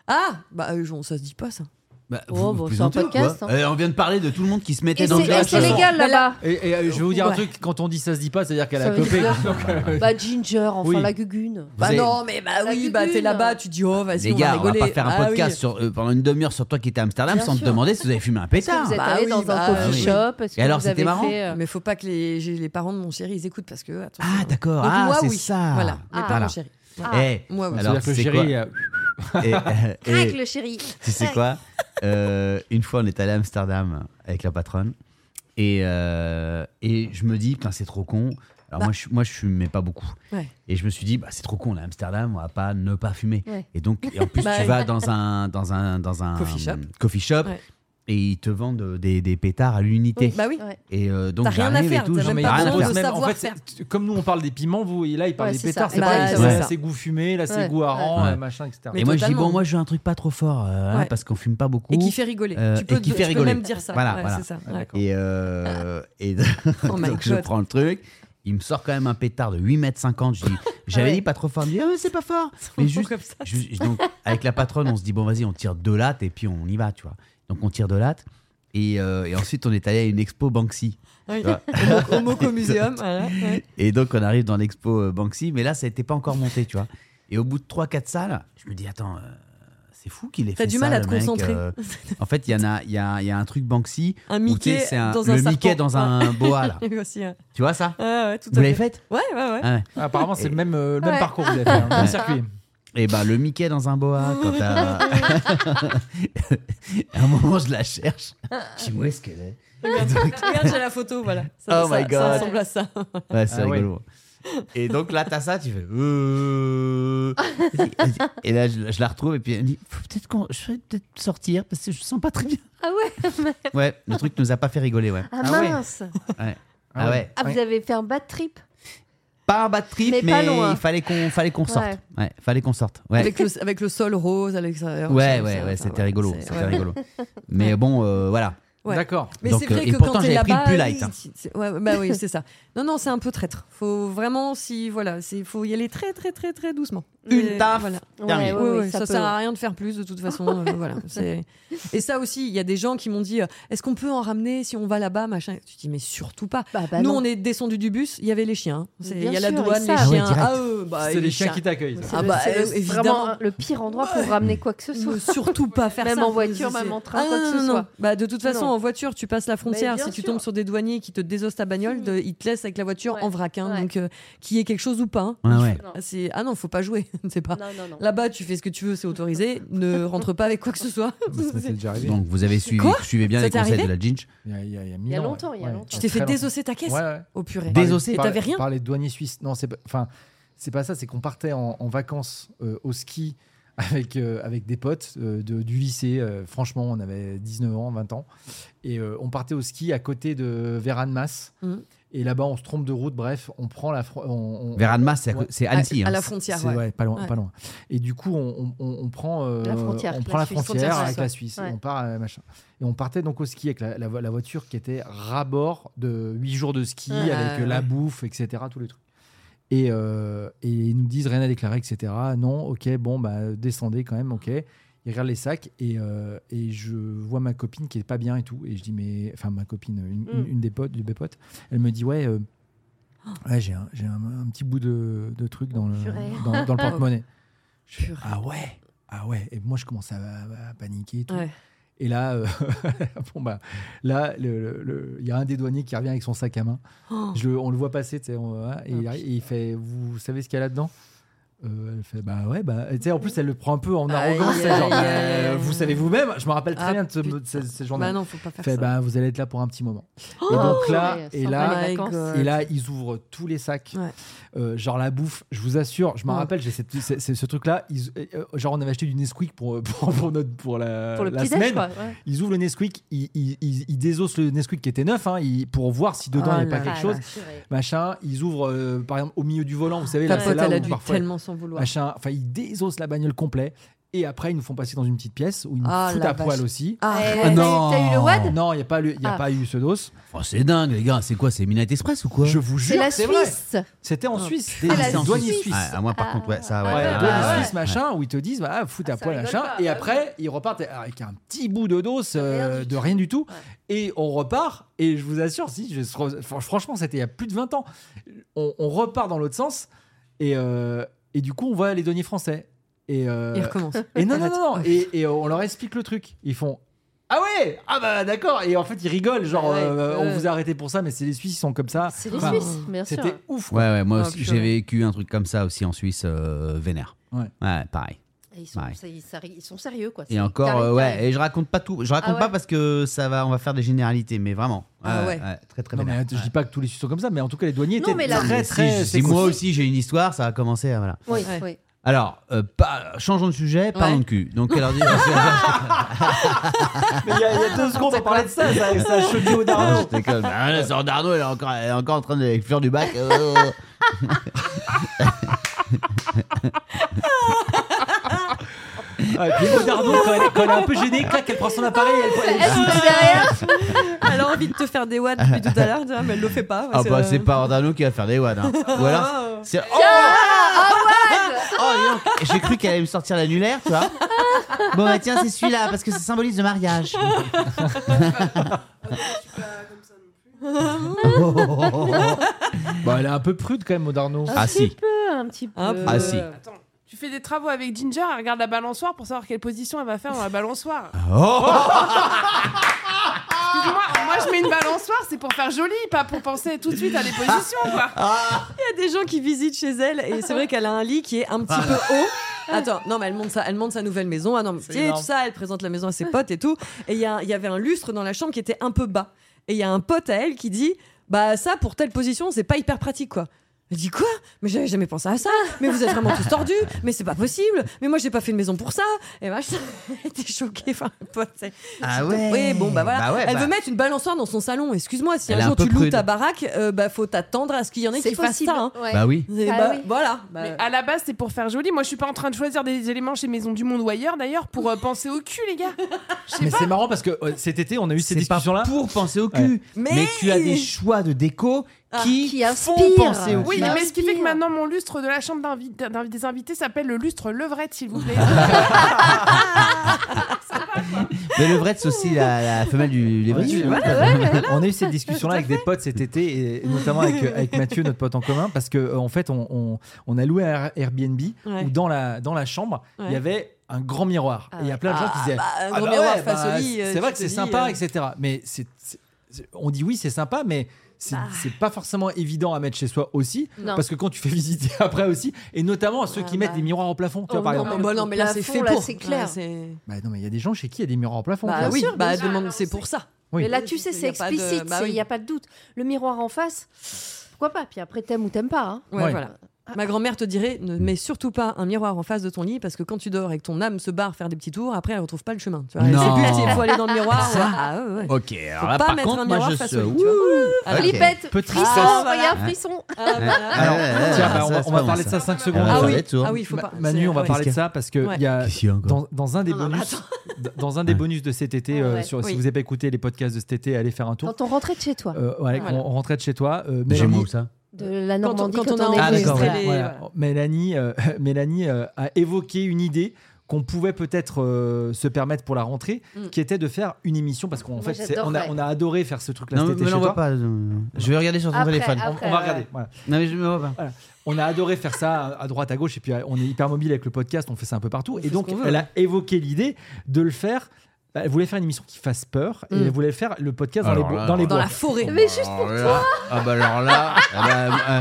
Ah Bah, euh, on- ça se dit pas, ça. bah, Oh, vous- vous bon, c'est un plaisantez ou quoi podcast, hein. Eh, On vient de parler de tout le monde qui se mettait Et dans le c'est et village. c'est légal Bah, là-bas. Et, et, euh, je vais vous dire un Ouais. truc, quand on dit ça se dit pas, c'est-à-dire qu'elle Ça a veut copé. dire- Donc, euh, Bah, Ginger, enfin, Oui. la gugun. Bah avez- non, mais bah La oui, bah t'es gugune. là-bas, tu dis oh vas-y, Les on va gars, on va rigoler. pas faire un Ah oui. podcast sur, euh, pendant une demi-heure sur toi qui étais à Amsterdam Bien sans sûr. te demander si vous avez fumé un Est-ce que pétard. vous êtes Bah allé oui, dans bah un coffee oui. shop Est-ce Et que alors, vous avez c'était marrant fait, euh, Mais faut pas que les, j'ai- les parents de mon chéri ils écoutent parce que euh, attention. Ah, d'accord. Donc, Ah, moi, c'est oui. ça. Voilà, mais Ah. pas Voilà. mon chéri. Eh, Moi, oui. Alors, C'est-à-dire que le c'est chéri, quoi euh, eh, <laughs> eh, Crac, eh, le chéri. tu sais quoi Euh, Une fois, on est allé à Amsterdam avec la patronne. Et, euh, et je me dis, putain, c'est trop con. Alors, Bah. moi, je, moi, je fumais pas beaucoup. Ouais. Et je me suis dit, bah, c'est trop con, on est à Amsterdam, on va pas ne pas fumer. Ouais. Et donc, et en plus, Bah tu oui. vas dans un, dans un, dans un Coffee shop. coffee shop Ouais. et ils te vendent des, des pétards à l'unité. Bah oui. Ouais. Et euh, donc, T'as rien à j'arrive et faire, tout, t'as j'ai même rien pas à besoin de faire. en fait, savoir c'est- faire. tu- comme nous on parle des piments, vous et là il parle Ouais, des c'est pétards, ça. c'est Bah, pareil, c'est c'est- ça. c'est goût fumé, là Ouais. c'est goût hareng, Ouais. euh, machin, etc. Mais Et moi, je dis, totalement. bon, moi, je veux un truc pas trop fort, euh, hein, Ouais. parce qu'on fume pas beaucoup. Et qui fait rigoler. Euh, tu peux, et qui tu fait peux rigoler. même dire ça. Voilà, Ouais, voilà. c'est ça. Ah, ouais. d'accord. Et, euh, et <laughs> Oh my donc je God. prends le truc. Il me sort quand même un pétard de <laughs> 8m50. Je dis, j'avais Ouais. dit pas trop fort. Il me dit, ah, mais c'est pas fort. Mais juste, juste- donc, avec la patronne, on se dit, bon, vas-y, on tire deux lattes et puis on y va, tu vois. Donc on tire deux lattes. Et, euh, et ensuite, on est allé à une expo Banksy. Oui. Tu vois. <laughs> <laughs> Au Moco Museum. voilà, ouais. Et donc, on arrive dans l'expo euh, Banksy, mais là, ça n'était pas encore monté, tu vois. Et au bout de 3-4 salles, je me dis, attends, euh, c'est fou qu'il ait fait T'as du ça, mal à le te mec, concentrer. euh. en fait, il y, en a, il y, a, il y a un truc Banksy. Un où, tu sais, Mickey c'est un- dans le un Mickey serpent. dans un boa, là. <laughs> Ouais. Lui aussi, hein. Tu vois ça Ouais, ouais, tout à Vous l'avez fait. fait Ouais, ouais, ouais. Ah ouais. Apparemment c'est le même, euh, le même Ouais. parcours que vous avez fait, hein, le même <laughs> Ouais. circuit. Et bah le Mickey dans un boa, quand <laughs> t'as- à un moment je la cherche. Je dis où est-ce qu'elle est Regarde, j'ai la photo, voilà. Ça, Oh ça- my ça God. ressemble à ça. Ouais, c'est Ah ouais. rigolo. Et donc là t'as ça, tu fais. euh. Et là je, je la retrouve et puis elle me dit Faut peut-être qu'on, je vais peut-être sortir parce que je sens pas très bien. Ah ouais Ouais, le truc nous a pas fait rigoler, ouais. Ah Ah ouais. mince ouais. Ah ouais. Ah, vous avez fait un bad trip Pas un bad trip, Mais mais, pas loin. il fallait qu'on, fallait qu'on sorte. Ouais. Ouais. fallait qu'on sorte. Ouais. Avec, le, avec le sol rose à l'extérieur. Ouais, ça, ouais, ça, ouais, ça, c'était ouais, rigolo, c'est- c'était ouais. rigolo. Mais bon, euh, voilà. Ouais. D'accord. Mais Donc, c'est euh, vrai et que pourtant, quand t'es j'avais pris le là-bas, plus light, oui, hein. c'est- c'est- ouais, bah oui, c'est ça. Non, non, c'est un peu traître. Faut vraiment, si voilà, c'est faut y aller très, très, très, très doucement. Une Et taf. voilà. Terminé. Ouais, Ouais, ouais, ouais, ça, peut- sert à rien de faire plus de toute <laughs> façon. euh, voilà. c'est- Et ça aussi, il y a des gens qui m'ont dit, euh, est-ce qu'on peut en ramener si on va là-bas, machin. Tu dis, mais surtout pas. Bah, bah Nous, non. on est descendu du bus, il y avait les chiens. hein. C'est- Bien Il y a la sûr, ils douane, les savent. Ah ouais, chiens. direct. eux, bah, C'est les chiens qui t'accueillent. ça. <laughs> C'est Ah le- bah, c'est euh, le- évidemment. vraiment le pire endroit pour ramener quoi que ce soit. Ne surtout pas faire Même ça. en voiture, C'est- même c'est- en train, quoi que non, ce non, soit. non. Bah, de toute façon, Non. Bah, en voiture, tu passes la frontière. bien Si tu sûr. Mm. tombes sur des douaniers qui te désossent ta bagnole, de- ils te laissent avec la voiture Ouais. en vrac. hein. Ouais. Donc, euh, qu'il y ait quelque chose ou pas. hein. Ouais, ouais. Non. Ah, c'est- Ah non, faut pas jouer. <laughs> c'est pas. Non, non, non. Là-bas, tu fais ce que tu veux, c'est autorisé. ne rentre pas avec quoi que <laughs> ce soit. Ça m'était déjà arrivé. Donc vous avez suivi, Quoi suivez bien Ça les t'est conseils de arrivé la Ginge. Il y a, il y a, Il y a mille ans, longtemps, ouais. il y a Ouais. longtemps. tu t'es Très fait longtemps. désosser ta caisse Ouais, ouais. au purée. Des- Désossé. Et par, t'avais rien Par les douaniers suisses. Non, c'est pas- enfin, c'est pas ça. C'est qu'on partait en, en vacances euh, au ski avec, euh, avec des potes euh, de- du lycée. Euh, franchement, on avait 19 ans, 20 ans. Et euh, on partait au ski à côté de Veranmas. Mmh. Mhm. Et là-bas, on se trompe de route. Bref, on prend la. fro- on- on- Veranmas, c'est à Ouais. co- c'est À- Annecy. à, hein. la frontière. c'est- ouais. ouais, pas loin, Ouais. pas loin. Et du coup, on, on- on prend euh, La frontière, on prend la la Suisse. frontière Frontière avec la suisse, Suisse. ouais. Et on part euh, machin. Et on partait donc au ski avec la, la vo- la voiture qui était rabord de 8 jours de ski Ouais, avec euh, ouais. la bouffe, etc. Tous les trucs. Et, euh, et ils nous disent rien à déclarer, etc. Non, ok, bon, bah descendez quand même, ok. Ils regardent les sacs et, euh, et je vois ma copine qui est pas bien et tout. Et je dis, mais. Enfin, ma copine, une, une- Mm. une des potes, du potes, elle me dit, <gasps> ouais, euh, ouais, j'ai un, j'ai un- un petit bout de, de truc dans le, Purée. <laughs> Ah dans, dans le porte-monnaie. Je fais, Purée. ah ouais, ah ouais. Et moi, je commence à, à paniquer et tout. Ouais. Et là, euh, <laughs> bon bah, là, le- le- le- il y a un des douaniers qui revient avec son sac à main. Oh. Je le- on le voit passer, tu sais, on- hein, et, Oh, il arrive- et il fait, vous savez ce qu'il y a là-dedans Euh, elle fait bah ouais bah et tu sais en plus elle le prend un peu en Aïe, arrogance c'est genre aïe, bah, aïe. euh, vous savez vous-même je me rappelle très Ah, bien de ce, putain. de ces, ces Bah journées non, Oh, faut pas faire fait ça. bah vous allez être là pour un petit moment et donc là Ouais, et sympa là les vacances. God. et là, ils ouvrent tous les sacs. Ouais. Euh, genre la bouffe, je vous assure, je me Ouais. rappelle, j'ai cette- c'est- c'est ce truc-là. ils- euh, genre, on avait acheté du Nesquik pour, euh, <laughs> pour, pour notre, pour la, Pour le euh, la petit déj, semaine. quoi. ouais. Ils ouvrent le Nesquik, ils, ils, ils- ils désossent le Nesquik qui était neuf hein, ils- pour voir si dedans Oh il n'y a là pas quelque là. chose. Machin, ils ouvrent euh, par exemple au milieu du volant, vous savez, Ta là, pote, là elle où a dû parfois. tellement s'en vouloir. Machin, enfin, ils désossent la bagnole complet et après, ils nous font passer dans une petite pièce où ils nous Ah, foutent la à poil vache. aussi. Arrête. euh, Eh, t'as eu- T'as eu le WAD Ah Non, il n'y a, pas, le- il y a Ah. pas eu ce dos. Oh, c'est dingue, les gars. C'est quoi C'est Midnight Express ou quoi Je vous C'est jure, la c'est vrai. Suisse. C'était en Ah. Suisse, Ah, des la c'est en douaniers Suisse. suisses. Ah, moi, par Ah, contre, ouais, ça, ouais. ah, Ouais, bah, douaniers ouais. suisses, machin, où ils te disent, bah, fout à Ah, ça poil, rigole machin. pas, et bah après, ils repartent avec un petit bout de dos euh, Rien du de tout. rien du tout. Ouais. Et on repart. Et je vous assure, si, je, fr- franchement, c'était il y a plus de 20 ans. On, on repart dans l'autre sens. Et, euh, et du coup, on voit les douaniers français. Et, euh, Il recommence. et non, non, Arrête. non, non. Et, et on leur explique le truc. Ils font. Ah ouais Ah bah d'accord Et en fait ils rigolent, genre Ouais, ouais, euh, on ouais. vous a arrêté pour ça, mais c'est les Suisses, ils sont comme ça. C'est les Enfin, Suisses, bien sûr. C'était ouf. Ouais, ouais, moi Ah, aussi, purée. j'ai vécu un truc comme ça aussi en Suisse, euh, vénère. Ouais. pareil. Et Ils sont, Ouais. ça- ils, ça- ils sont sérieux, quoi. Et C'est encore, carré, euh, ouais, carré. et je raconte pas tout. Je raconte Ah ouais. pas parce que ça va, on va faire des généralités, mais vraiment. Ah ouais. très, très Non, mais euh, vénère. je dis pas que tous les Suisses sont comme ça, mais en tout cas, les douaniers Non, étaient mais la- très, Mais très. si, c'est si moi cool. aussi j'ai une histoire, ça a commencé à. Voilà. Oui, Ouais. oui. Alors, euh, pas- changeons de sujet, parlons Ouais. de cul. Donc, <laughs> alors, dis- Mais <laughs> il y, a- il y a deux secondes, on parlait de ça, ça, ça a choqué au Ah, dardo. j'étais comme, ah, là, c'est Darnaud, elle est encore, elle est encore en train de avec fleur du bac. euh. Ah, et puis au dardo, quand elle, quand elle est un peu gênée, clac, elle prend son appareil, <laughs> elle, Ah. Elle était derrière. Elle a envie de te faire des wads depuis tout à l'heure, tu vois, mais elle le fait pas. Ah parce bah que- euh, c'est pas Darnaud qui va faire des wads. <laughs> hein. Ou alors, Ah, c'est oh, Oh, dis donc, j'ai cru qu'elle allait me sortir l'annulaire, tu vois. Bon bah tiens, c'est celui-là parce que ça symbolise le mariage. Bah, elle est un peu prude quand même au dardo. Ah si, Un petit peu. Un peu. ah si. Euh, Attends, tu fais des travaux avec Ginger, elle regarde la balançoire pour savoir quelle position elle va faire dans la balançoire. Oh Excuse-moi, moi je mets une balançoire, c'est pour faire joli, pas pour penser tout de suite à des positions, quoi. Il y a des gens qui visitent chez elle et c'est vrai qu'elle a un lit qui est un Ah. petit peu haut. Attends, non, mais elle monte sa, elle monte sa nouvelle maison. Ah non, mais tu sais, énorme. tout ça, elle présente la maison à ses potes et tout. Et il y, a- il y avait un lustre dans la chambre qui était un peu bas. Et il y a un pote à elle qui dit Bah, ça, pour telle position, c'est pas hyper pratique, quoi. Elle dit quoi Mais j'avais jamais pensé à ça. Mais vous êtes vraiment tous tordus. Mais c'est pas possible. Mais moi j'ai pas fait une maison pour ça. Et machin. <laughs> Elle était choquée. Enfin, le pote, c'est- Ah ouais. oui, bon, bah voilà. ouais, elle bah, veut mettre une balançoire dans son salon. Excuse-moi, si Elle est un un jour peu tu loues prude. ta baraque, euh, bah faut t'attendre à ce qu'il y en ait qui C'est fassent possible. ça. hein. ouais. Bah oui. Et Ah bah, oui. ah, Voilà. Bah, Mais à la base, c'est pour faire joli. Moi, je suis pas en train de choisir des éléments chez Maison du Monde ou ailleurs, d'ailleurs, pour euh, penser au cul, les gars. Je sais Mais pas. c'est marrant parce que euh, cet été, on a eu ces C'est pas discussions-là. pour penser au Ouais. cul, Mais- Ah, mais... tu as des choix de déco qui, qui font inspirent. penser au Oui, cul. Bah, mais ce qui fait que inspire. maintenant mon lustre de la chambre d'invi- d'invi- des invités s'appelle le lustre levrette, s'il vous plaît. Mais le vrai, c'est aussi la, la femelle du Ouais, lévrier. tu- euh, On a eu cette discussion-là avec des potes cet été, et notamment avec, euh, avec Mathieu, notre pote en commun, parce que euh, en fait, on, on- on a loué un Airbnb Ouais. où dans la, dans la chambre, il Ouais. y avait un grand miroir. Ah et il y a plein de gens qui Ah, disaient bah, un grand bah miroir ouais, face au bah, lit, euh, C'est tu vrai te que c'est dis, sympa, euh, etc. Mais c'est- c'est- c'est- on dit oui, c'est sympa, mais c'est Ah. Bah. c'est pas forcément évident à mettre chez soi aussi. Non. Parce que quand tu fais <laughs> visiter après aussi, et notamment à ceux qui Ah, mettent bah. des miroirs au plafond, tu vois, Oh, par non, exemple. mais Bah non, mais là le c'est plafond, fait là, pour. c'est clair. Ouais, c'est- Bah non, mais il y a des gens chez qui il y a des miroirs au plafond. tu Bah vois. oui, sûr, bah bien sûr. demande, c'est pour ça. Oui. Mais là, tu sais, Y c'est a pas de- explicite, bah c'est- il oui. n'y a pas de doute. Le miroir en face, pourquoi pas Puis après, t'aimes ou t'aimes pas. hein. Ouais, Ouais. voilà. Ma grand-mère te dirait Mm. ne mets surtout pas un miroir en face de ton lit parce que quand tu dors et que ton âme se barre faire des petits tours, après elle retrouve pas le chemin. Tu vois, elle Non. sait plus si il faut aller dans le miroir. ou- Ah ouais, ouais. Ok, alors Faut là, pas par mettre contre, un moi miroir je face se- au lit, Ouh. tu Ah, Ok. Flippette, Petit frisson, stress. regarde, Ah. frisson. Hein. Ah, voilà. Ah, ouais, ouais, Tiens, ouais, bah, on, va, ça, c'est on va pas parler bon, de ça. ça 5 Ah, secondes. ouais, Ah ça oui. va être sourd. Ah oui, faut Ma- pas. Manu, on va ouais. parler de Qu'est-ce ça parce que Ouais. il y a, Qu'est-ce qu'il y a encore dans, dans un des Non, non, mais bonus, d- dans un des Ouais. bonus de cet été, Ah euh, ouais. sur, si Oui. vous n'avez pas écouté les podcasts de cet été, allez faire un tour. Quand on rentrait de chez toi, Euh, ouais, Voilà. quand on rentrait de chez toi. euh, J'ai Mélanie- moi ou ça de la Quand on- Normandie, quand quand, on a on, est Ah, venu, d'accord, voilà. enregistré les- voilà. Mélanie, euh, <laughs> Mélanie euh, a évoqué une idée qu'on pouvait peut-être euh, se permettre pour la rentrée, Mm. qui était de faire une émission parce qu'en Moi, fait, c'est- on a, j'adorerais. on a adoré faire ce truc-là Non, cet mais été me chez l'envoie toi. pas. euh, Je vais regarder sur son Après, téléphone. après, On va ouais, regarder. ouais. voilà. Non, mais je me vois pas. On a adoré faire ça à- à droite, à gauche, et puis euh, on est hyper mobile avec le podcast, on fait ça un peu partout. On fait et ce donc, qu'on veut, elle a évoqué l'idée de le faire. bah, Elle voulait faire une émission qui fasse peur, et Mm. elle voulait faire le podcast dans les, Alors bois- là, dans les Dans bois. la forêt. Ah, Mais juste pour toi Ah bah alors là. eh ben, euh,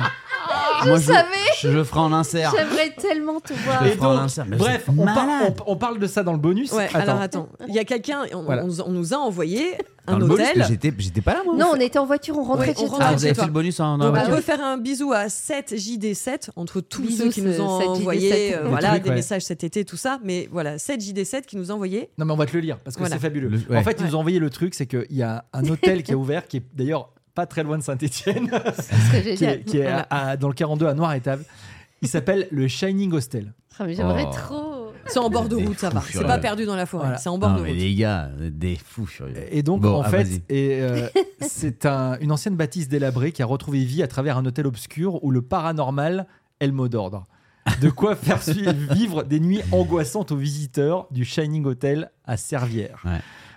Je moi, savais. Je ferai en Ah, insert. J'aimerais tellement te voir. Je Et ferai en donc, insert. Mais Bref, vous êtes on, par- malade. on- on parle de ça dans le bonus. Ouais, Attends. alors attends, il y a quelqu'un, on, Voilà. on nous a- on nous a envoyé Dans un le bonus, mais hôtel. j'étais- J'étais pas là, moi. Non, on était en voiture, on rentrait Ouais, de on chez toi. rentre Ah, chez vous avez toi. fait le bonus en dans la Donc on voiture. peut faire un bisou à 7JD7 entre tous Bisous, ceux qui nous ce- ont 7JD7. envoyé euh, Le voilà, truc, des ouais. messages cet été, tout ça. Mais voilà, 7JD7 qui nous a envoyé. Non, mais on va te le lire parce que Voilà. c'est fabuleux. Le- ouais. En fait, ils nous ont envoyé le truc c'est qu'il y a un hôtel qui est ouvert, qui est d'ailleurs pas très loin de Saint-Etienne, Ce serait qui est, génial. qui est à- à- dans le 42 à Noir-Étable. Il s'appelle le Shining Hostel. Ah, mais J'aimerais Oh. trop. C'est en bord de Des route, ça fous va. C'est furieux. pas perdu dans la forêt, Voilà. c'est en bord Non, de mais route. les gars, euh, des fous furieux. Et donc, Bon, en ah, fait, vas-y. et, euh, <laughs> c'est un- une ancienne bâtisse délabrée qui a retrouvé vie à travers un hôtel obscur où le paranormal est le mot d'ordre. De quoi faire <laughs> su- vivre des nuits angoissantes aux visiteurs du Shining Hotel à Servières. Ouais.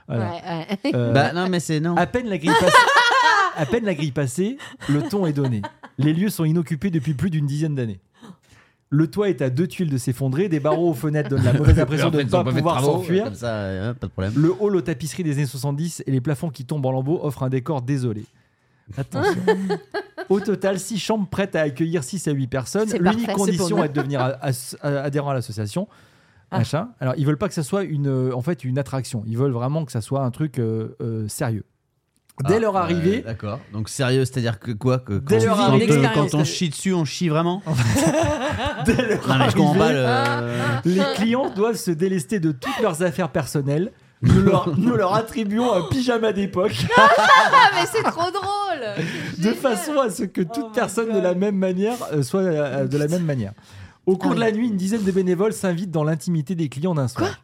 Voilà. Ouais, ouais. Euh, Bah non, mais c'est non. à peine la grille passée, <laughs> à peine la grille passée, le ton est donné. Les lieux sont inoccupés depuis plus d'une dizaine d'années. Le toit est à deux tuiles de s'effondrer, des barreaux aux fenêtres donnent la mauvaise impression de Après, ne ils pas ont fait de pouvoir travaux, s'enfuir. Comme ça, euh, pas de problème. Le hall aux tapisseries des années 70 et les plafonds qui tombent en lambeaux offrent un décor désolé. <laughs> Attention. Au total, 6 chambres prêtes à accueillir 6 à 8 personnes. C'est L'unique parfait, c'est condition pour est de devenir a- as- a- adhérent à l'association. Ah. Machin. Alors, ils veulent pas que ça soit une, euh, en fait, une attraction. Ils veulent vraiment que ça soit un truc euh, euh, sérieux. Dès Ah, leur arrivée, ouais, D'accord. Donc sérieux, c'est-à-dire que quoi que Dès quand, leur quand, arrivée- euh, L'expérience. quand on chie dessus, on chie vraiment <laughs> dès leur Non, mais je comprends arrivée, pas Ah, le. les <laughs> clients doivent se délester de toutes leurs affaires personnelles. Nous leur, nous leur attribuons un pyjama d'époque. Ah, mais c'est trop <laughs> drôle. de façon à ce que toute personne de la même manière euh, soit euh, de la même manière. Au cours de la nuit, une dizaine de bénévoles s'invitent dans l'intimité des clients d'un soir.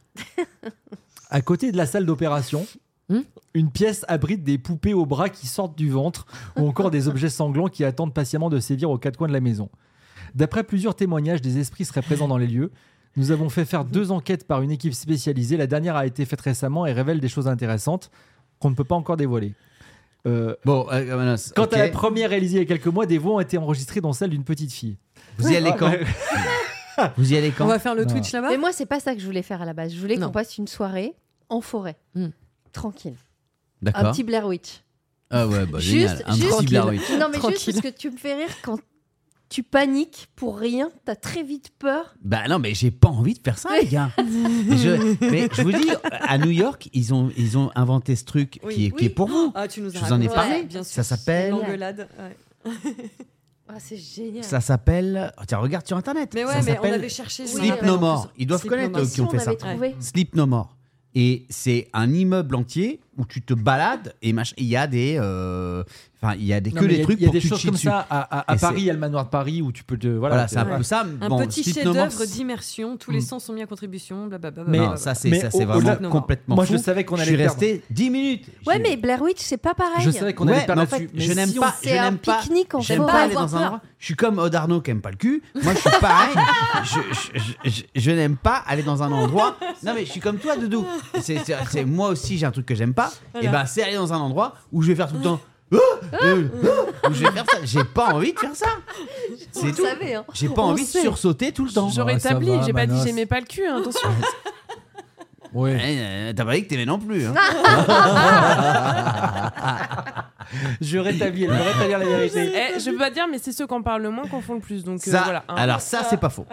à côté de la salle d'opération, Hmm une pièce abrite des poupées aux bras qui sortent du ventre ou encore des objets sanglants qui attendent patiemment de sévir aux quatre coins de la maison. D'après plusieurs témoignages, des esprits seraient présents dans les lieux. Nous avons fait faire deux enquêtes par une équipe spécialisée. La dernière a été faite récemment et révèle des choses intéressantes qu'on ne peut pas encore dévoiler. Euh, Bon, euh, Gamanos, Quant ok. à la première réalisée il y a quelques mois, des voix ont été enregistrées dans celle d'une petite fille. vous y allez quand <laughs> Vous y allez On quand va faire le Non. Twitch là-bas Mais moi, c'est pas ça que je voulais faire à la base. Je voulais Non. qu'on passe une soirée en forêt. Hmm. Tranquille. Un D'accord. petit Blair Witch. Ah ouais, bah Juste- génial. Un juste- petit Blair Witch. Non, mais Tranquille. juste parce que tu me fais rire quand tu paniques pour rien, t'as très vite peur. Bah non, mais j'ai pas envie de faire ça, les <laughs> gars. Mais je, mais je vous dis, à New York, ils ont, ils ont inventé ce truc Oui. qui, est, qui est Oui. pour vous. Ah, tu nous Je as vous en ai raconté, parlé. bien sûr. Ça s'appelle- L'engueulade. ouais. Ah, c'est génial. Ça s'appelle. oh, tiens, regarde sur internet. Mais ça ouais, mais on s'appelle avait cherché. je me Sleep rappelle, No en More. plus. Ils doivent Sleep connaître No eux More. qui ont on fait ça. avait trouvé. Sleep No More. Et c'est un immeuble entier où tu te balades et mach- il y a des, euh, enfin il y a des que Non, mais il y des a- trucs il y a pour des que tu te choses chies comme dessus. ça à, à- à Et c'est- Paris, il y a le manoir de Paris où tu peux te voilà. Voilà, tu- c'est un peu Ouais. ça. Un Bon, petit Sleep No More, chef-d'œuvre c'est- d'immersion, tous les sens sont mis à contribution, blablabla. Mais- Non, ça c'est mais ça au- c'est au-delà- vraiment Non, non. complètement Moi, fou. je savais qu'on Je allait suis le perdre. resté 10 minutes. Ouais, J'ai- mais Blair Witch, c'est pas pareil. Je savais qu'on allait Ouais, mais perdre en là-dessus. fait, mais je n'aime si on- pas, je C'est un n'aime pas, pique-nique en j'aime forêt. pas aller Avoir dans un peur. endroit. Je suis comme Odarno qui aime pas le cul. Moi, je suis <laughs> pareil. je je- je- je n'aime pas aller dans un endroit. Non, mais je suis comme toi, Doudou. C'est, c'est- c'est- moi aussi, j'ai un truc que j'aime pas. Et ben, c'est aller dans un endroit où je vais faire tout le temps. Ah Euh, ah où je vais faire ça. J'ai pas envie de faire ça. On C'est le tout. savait, hein. J'ai pas On envie sait. de sursauter tout le temps. Genre- Je Ouais, ça rétablis, va, euh, j'ai pas dit Manos. j'aimais pas le cul, hein, attention. Ouais. Eh, euh, T'as pas dit que t'aimais non plus. Ah, hein. <laughs> Je rétablis, elle veut rétablir la <laughs> vérité. Eh, je peux pas dire, mais c'est ceux qui en parlent le moins qu'on font le plus. Donc euh, Ça, voilà. hein. alors ça, c'est pas faux.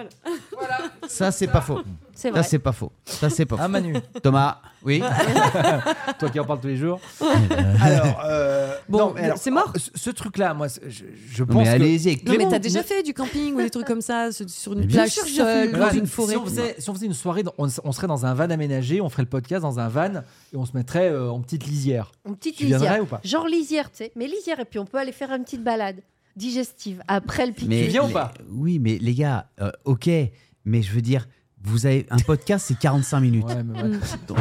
Ça, c'est pas faux. C'est vrai. Ça, c'est pas faux. Ça, c'est pas Hein, faux. Manu, Thomas, oui. toi qui en parles tous les <laughs> jours. alors, euh, Euh. Bon, non, mais alors, c'est mort. Ce, ce truc-là, moi, c'est- je, je Non, pense mais que. allez-y avec Non, mais Clément. t'as déjà fait du camping ou des trucs comme ça, sur- sur Mais une bien plage sûr que j'ai fait. seule, Voilà, dans une si forêt. on faisait- si on faisait une soirée, dans- on, on serait dans un van aménagé, on ferait le podcast dans un van et on se mettrait euh, en petite lisière. Une petite Tu viendrais lisière. ou pas Genre lisière, tu sais. Mais lisière, et puis on peut aller faire une petite balade digestive après le pique Mais- Tu viens ou les- pas Oui, mais les gars, euh, ok, mais je veux dire, vous avez un podcast, c'est 45 minutes. Ouais, mais <laughs> ouais. Donc,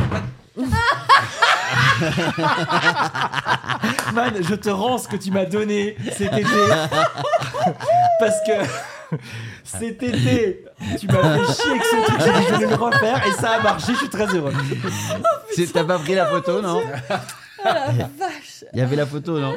<laughs> Man, je te rends ce que tu m'as donné cet été. <laughs> Parce que cet été, tu m'as fait chier avec ce truc. J'ai dit, je vais le refaire et ça a marché. Je suis très heureux. c'est- T'as pas pris la photo, non la vache Eh, Il y avait la photo, non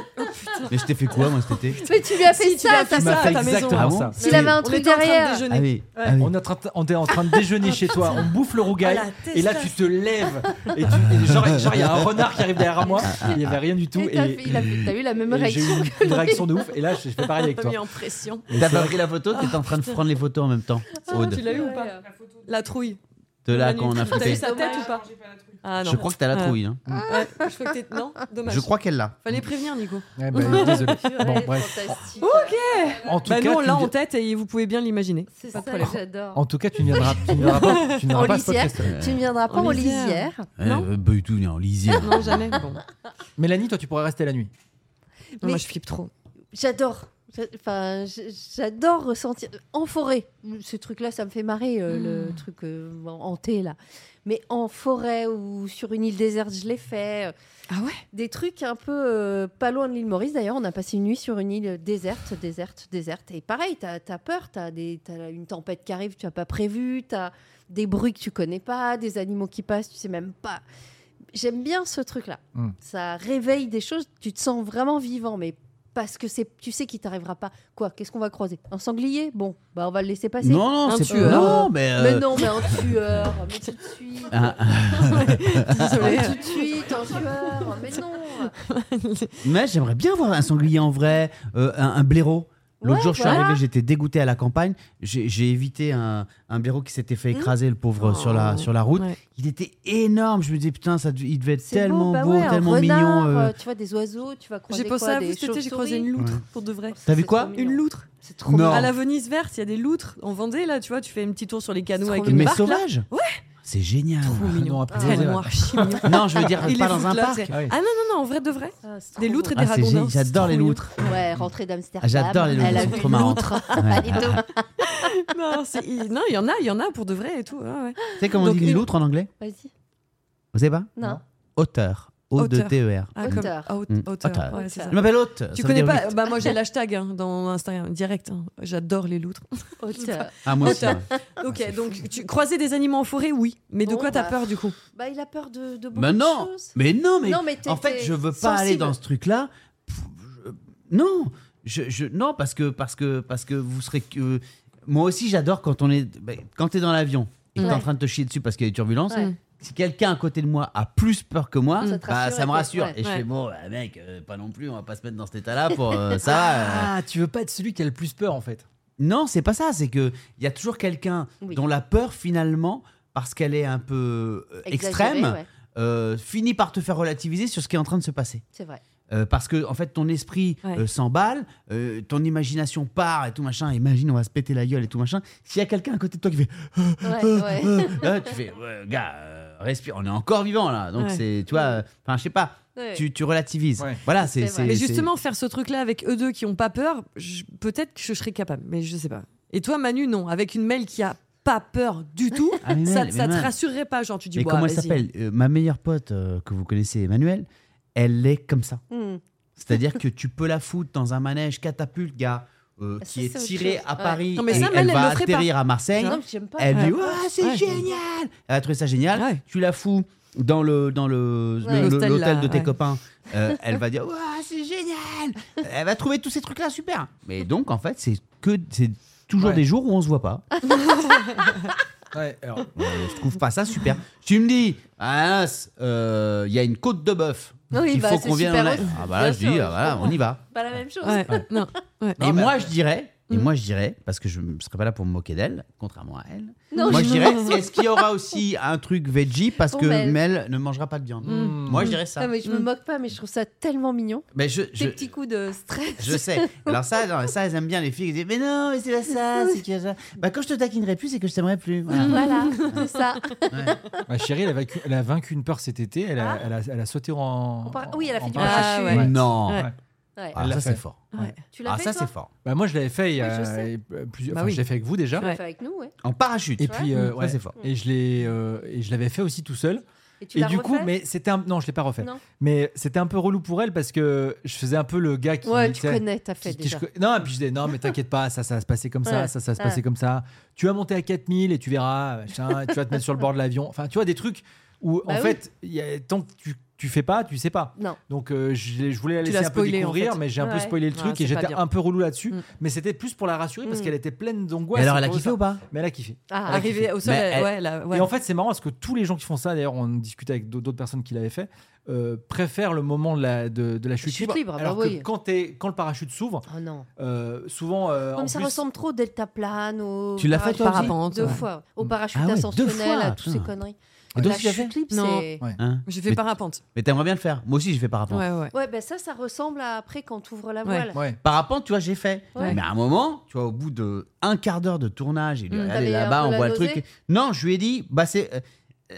Mais je t'ai fait quoi, moi, cet été Mais tu lui as fait Si, tu lui ça, as fait t'as Tu m'as ça. pas. fait à ta maison. exactement Ah bon ça. S'il avait un On truc était en train de derrière. Ah déjeuner. oui, ah oui. On est en train de- on est en train de déjeuner chez toi, on bouffe le rougail, Oh, la et là tu te lèves, et, tu, et genre genre, il y a un renard qui arrive derrière <laughs> moi, il n'y avait rien du tout, Et et, t'as fait- il a fait- t'as eu la même et j'ai eu réaction. une, une réaction de ouf, et là je, je fais pareil avec toi. mis en pression. Et T'as c'est pas vrai pris la photo, t'étais en train de prendre les photos en même temps, tu Ah, Aude. l'as eu ou pas La trouille. De là, Manu, quand on a T'as eu foutu. sa tête ou <laughs> pas Ah non. Je crois que t'as la Ouais. Bah, trouille. hein. Ouais, je crois que t'es- Non, dommage. Je crois qu'elle l'a. Fallait prévenir, Nico. que- Ouais, bah, désolé. Bon, bref. Fantastique. Oh En tout, Bah, nous, cas, on tu l'a vi- en tête et vous pouvez bien l'imaginer. C'est Pas de ça, problème. j'adore. en tout cas, tu ne viendras, tu ne viendras pas, tu ne viendras En pas à ce lisière. podcast. Tu ne viendras pas En en lisière. lisière. Non. Euh, Pas du tout, on est en lisière. Non, jamais. Bon. Non, Mélanie, toi, tu pourrais rester la nuit. Mais- Moi, je flippe trop. J'adore. J'a- Enfin, j- j'adore ressentir en forêt. Ce truc-là, ça me fait marrer euh, Hmm. le truc euh, en- hanté là. Mais en forêt ou sur une île déserte, je l'ai fait. Ah ouais Des trucs un peu euh, pas loin de l'île Maurice. D'ailleurs, on a passé une nuit sur une île déserte, déserte, déserte. Et pareil, t'as as peur, t'as des- t'as une tempête qui arrive, tu n'as pas prévu, t'as des bruits que tu connais pas, des animaux qui passent, tu sais même pas. J'aime bien ce truc-là. Hmm. Mm. Ça réveille des choses, tu te sens vraiment vivant, mais parce que c'est, tu sais qu'il t'arrivera pas. Quoi Qu'est-ce qu'on va croiser Un sanglier Bon, bah on va le laisser passer. Non, non, Un c'est tueur. Non, mais. euh, Ah, Mais non, mais un tueur, mais tout de <laughs> suite. un- un- <laughs> Désolée. Tout de suite, un tueur, mais non. mais j'aimerais bien voir un sanglier en vrai, euh, un, un blaireau. L'autre Ouais, jour, je suis voilà. arrivé, j'étais dégoûté à la campagne. J'ai j'ai évité un, un blaireau qui s'était fait écraser, le pauvre, sur, la, sur la route. Ouais. Il était énorme. Je me disais, putain, ça, il devait être C'est tellement beau, bah ouais, un tellement renard, mignon. euh. euh, Tu vois des oiseaux, tu vas croiser J'ai pensé quoi, à vous des cet été, j'ai croisé une chauves-souris loutre Ouais. pour de vrai. T'as vu C'est quoi trop mignon. Une loutre. C'est trop Non. mignon. À la Venise verte, il y a des loutres en Vendée là, tu vois, tu fais un petit tour sur les canaux Trop avec mignon. une Mais Ah, barque. là. sauvage Ouais C'est génial. Trop mignon, non, après, tellement ouais. <laughs> archi mignon. <laughs> Non, je veux dire, <laughs> Il pas est dans fou, un là, parc. c'est- Ah oui. Ah non non non, en vrai de vrai, Ah, c'est trop des beau. loutres et des Ah, c'est ragondins. génial, j'adore c'est les trop loutres. Ouais, rentrer d'Amsterdam. Ah, J'adore les Elle loutres, a c'est vu trop une marrant. loutre. Ouais. Et donc, <laughs> mignon. Non, c'est- il non, il y en a, il y en a pour de vrai et tout. ouais, ouais. Tu sais comment on Donc, dit une une- loutre en anglais Vas-y. Vous savez pas Non. Auteur. O-D-T-E-R. Ah, comme- Hauteur. ah, haute- Mm. hauteur, Hauteur. ouais, c'est ça. E Je m'appelle Hôte. Tu ça veut connais dire pas huit. Bah moi j'ai l'hashtag hein, dans Instagram direct. hein. J'adore les loutres. Hauteur. Ah, moi aussi. Hauteur. ouais. Ok, donc tu croiser des animaux en forêt, oui. Mais de Bon, quoi t'as bah. peur du coup Bah, il a peur de, de beaucoup Mais non de choses. Mais non, mais. non, mais t'es- En fait, t'es je veux pas sensible. aller dans ce truc-là. Pff, je- Non, je, je- non parce que parce que parce que vous serez que moi aussi j'adore quand on est bah, quand t'es dans l'avion et que t'es Ouais. en train de te chier dessus parce qu'il y a des turbulences. Ouais. Si quelqu'un à côté de moi a plus peur que moi, Ça bah, te ça, rassure et me t'es- rassure. ouais. Et je Ouais. fais bon, bah, mec, euh, pas non plus, on va pas se mettre dans cet état-là pour euh, ça. va, euh. Ah, tu veux pas être celui qui a le plus peur en fait. Non, c'est pas ça. C'est que il y a toujours quelqu'un Oui. dont la peur finalement, parce qu'elle est un peu euh, Exagéré, extrême, ouais, euh, finit par te faire relativiser sur ce qui est en train de se passer. C'est vrai. Euh, parce que en fait ton esprit Ouais. euh, s'emballe, euh, ton imagination part et tout machin. Imagine on va se péter la gueule et tout machin. S'il y a quelqu'un à côté de toi qui fait, <laughs> Ouais, euh, ouais. euh, euh, tu fais, Ouais, gars, euh, respire. On est encore vivant là, donc Ouais. c'est, tu vois, euh, enfin je sais pas, Ouais. tu, tu relativises. Ouais. Voilà, c'est. C'est vrai. c'est- Mais c'est- justement, faire ce truc-là avec eux deux qui ont pas peur, je- peut-être que je serais capable, mais je sais pas. Et toi, Manu, non, avec une Mel qui a pas peur du tout, Ah, mais ça, mal, ça mais te mal. rassurerait pas, genre tu dis. Mais bah, comment elle vas-y. s'appelle Euh, Ma meilleure pote euh, que vous connaissez, Emmanuel, elle est comme ça. Hmm. C'est-à-dire que tu peux la foutre dans un manège catapulte, gars, euh, Ça, qui est, c'est autre tiré chose. à Ouais. Paris Non, mais et ça, elle, elle, elle va le ferait pas. atterrir à Marseille. Non, mais j'aime pas. Elle dit Ouais. Ah, c'est Ouais. génial Elle a trouvé ça génial. Ouais. Tu la fous dans le dans le Ouais. le- L'hôtel, l'hôtel là, de tes ouais. <laughs> copains. Euh, elle va dire Ouah, c'est génial Elle va trouver tous ces trucs là super. Mais donc en fait c'est que c'est toujours Ouais. des jours où on se voit pas. Ouais, alors, Euh, je trouve pas ça super. Tu me dis Ah, mince, euh, il y a une côte de bœuf. Oui, Il bah, faut c'est qu'on vienne. super en- aussi. Ah bah là Bien je dis sûr, Ah, je voilà, on y va. Pas la même chose. Ouais, non, ouais. Et moi, je dirais, et Hmm. moi, je dirais, parce que je ne serais pas là pour me moquer d'elle, contrairement à elle. Non, moi, je je- dirais, est-ce qu'il y aura aussi un truc veggie parce Bon, que ben- Ah Mel ne mangera pas de viande Mm. Moi, je dirais ça. Non, mais je me moque pas, mais je trouve ça tellement mignon. Mais je, je, Ces petits coups de stress. je sais. Alors ça, non, ça, elles aiment bien les filles qui disent, mais non, mais c'est pas ça, <laughs> c'est qu'il y a ça. Bah, quand je te taquinerai plus, c'est que je t'aimerai plus. Voilà. Voilà, c'est ça. Ouais. ma chérie, elle a, vaincu, elle a vaincu une peur cet été, elle a, elle a- elle a sauté en. Ah. On par- oui, elle a en fait du parachute. Ah, ouais. Non. Ouais. Ouais. Ah, Elle l'a ça, fait. c'est fort. Ouais. Tu l'as Ah, fait ça, toi c'est fort. Bah, moi, je l'avais fait il y a- Oui, je sais. et, euh, plusieurs. Bah enfin, oui. je l'ai fait avec vous déjà. Tu l'as Ouais. fait avec nous, ouais. En parachute. Et puis, euh, ouais. Ça, c'est Mm. fort. Et je l'ai, euh, et je l'avais fait aussi tout seul. Et tu Et l'as du coup, refait mais c'était un, non, je l'ai pas refait. Non. Mais c'était un peu relou pour elle parce que je faisais un peu le gars qui. Ouais, tu tu sais, connais, t'as fait qui- qui je déjà. co- non, et puis je disais, non, mais t'inquiète pas, ça, ça va se passer comme ça, Ouais, ça, ça va se ouais. passer comme ça. Tu vas monter à 4000 et tu verras, machin, tu vas te mettre sur le bord de l'avion. Enfin, tu vois, des trucs où, Bah en oui. fait, il y a- tant que tu tu fais pas, tu sais pas. Non. Donc euh, je, l'ai- je voulais la Tu laisser l'as un peu spoilé, en découvrir, fait. mais j'ai un peu Ouais. spoilé le Ouais, truc et c'est pas j'étais bien. un peu relou là-dessus. Mm. Mais c'était plus pour la rassurer parce Mm. qu'elle était pleine d'angoisse. Et alors, et elle a pour kiffé ça- ou pas Mais elle a kiffé. Ah, Arriver au sol, Mais elle- elle- ouais, là, ouais. Et en fait, c'est marrant parce que tous les gens qui font ça, d'ailleurs, on discutait avec d'autres d'autres personnes qui l'avaient fait, euh, préfèrent le moment de la, de, de la chute, Chute libre, alors bah que oui. quand, t'es- quand le parachute s'ouvre, oh non. euh, souvent. euh, Non, en mais ça plus- ressemble trop au delta plane, au Tu l'as fait, toi, parachute- aussi deux Ouais. fois, au parachute Ah ouais, deux ascensionnel, à fois, toutes ces putain. conneries. Et donc, la tu l'as fait chute libre, Non. c'est. Hein J'ai fait Mais- parapente. Mais t'aimerais bien le faire. Moi aussi, j'ai fait parapente. Ouais, ouais. Ouais, ben ça, ça ressemble à après quand t'ouvres la Ouais. voile. Ouais. Parapente, tu vois, j'ai fait. Ouais. Mais à un moment, tu vois, au bout de un quart d'heure de tournage, et de Mm. aller T'avais un là-bas, peu on la voit le nausée truc. Non, je lui ai dit, bah c'est, euh,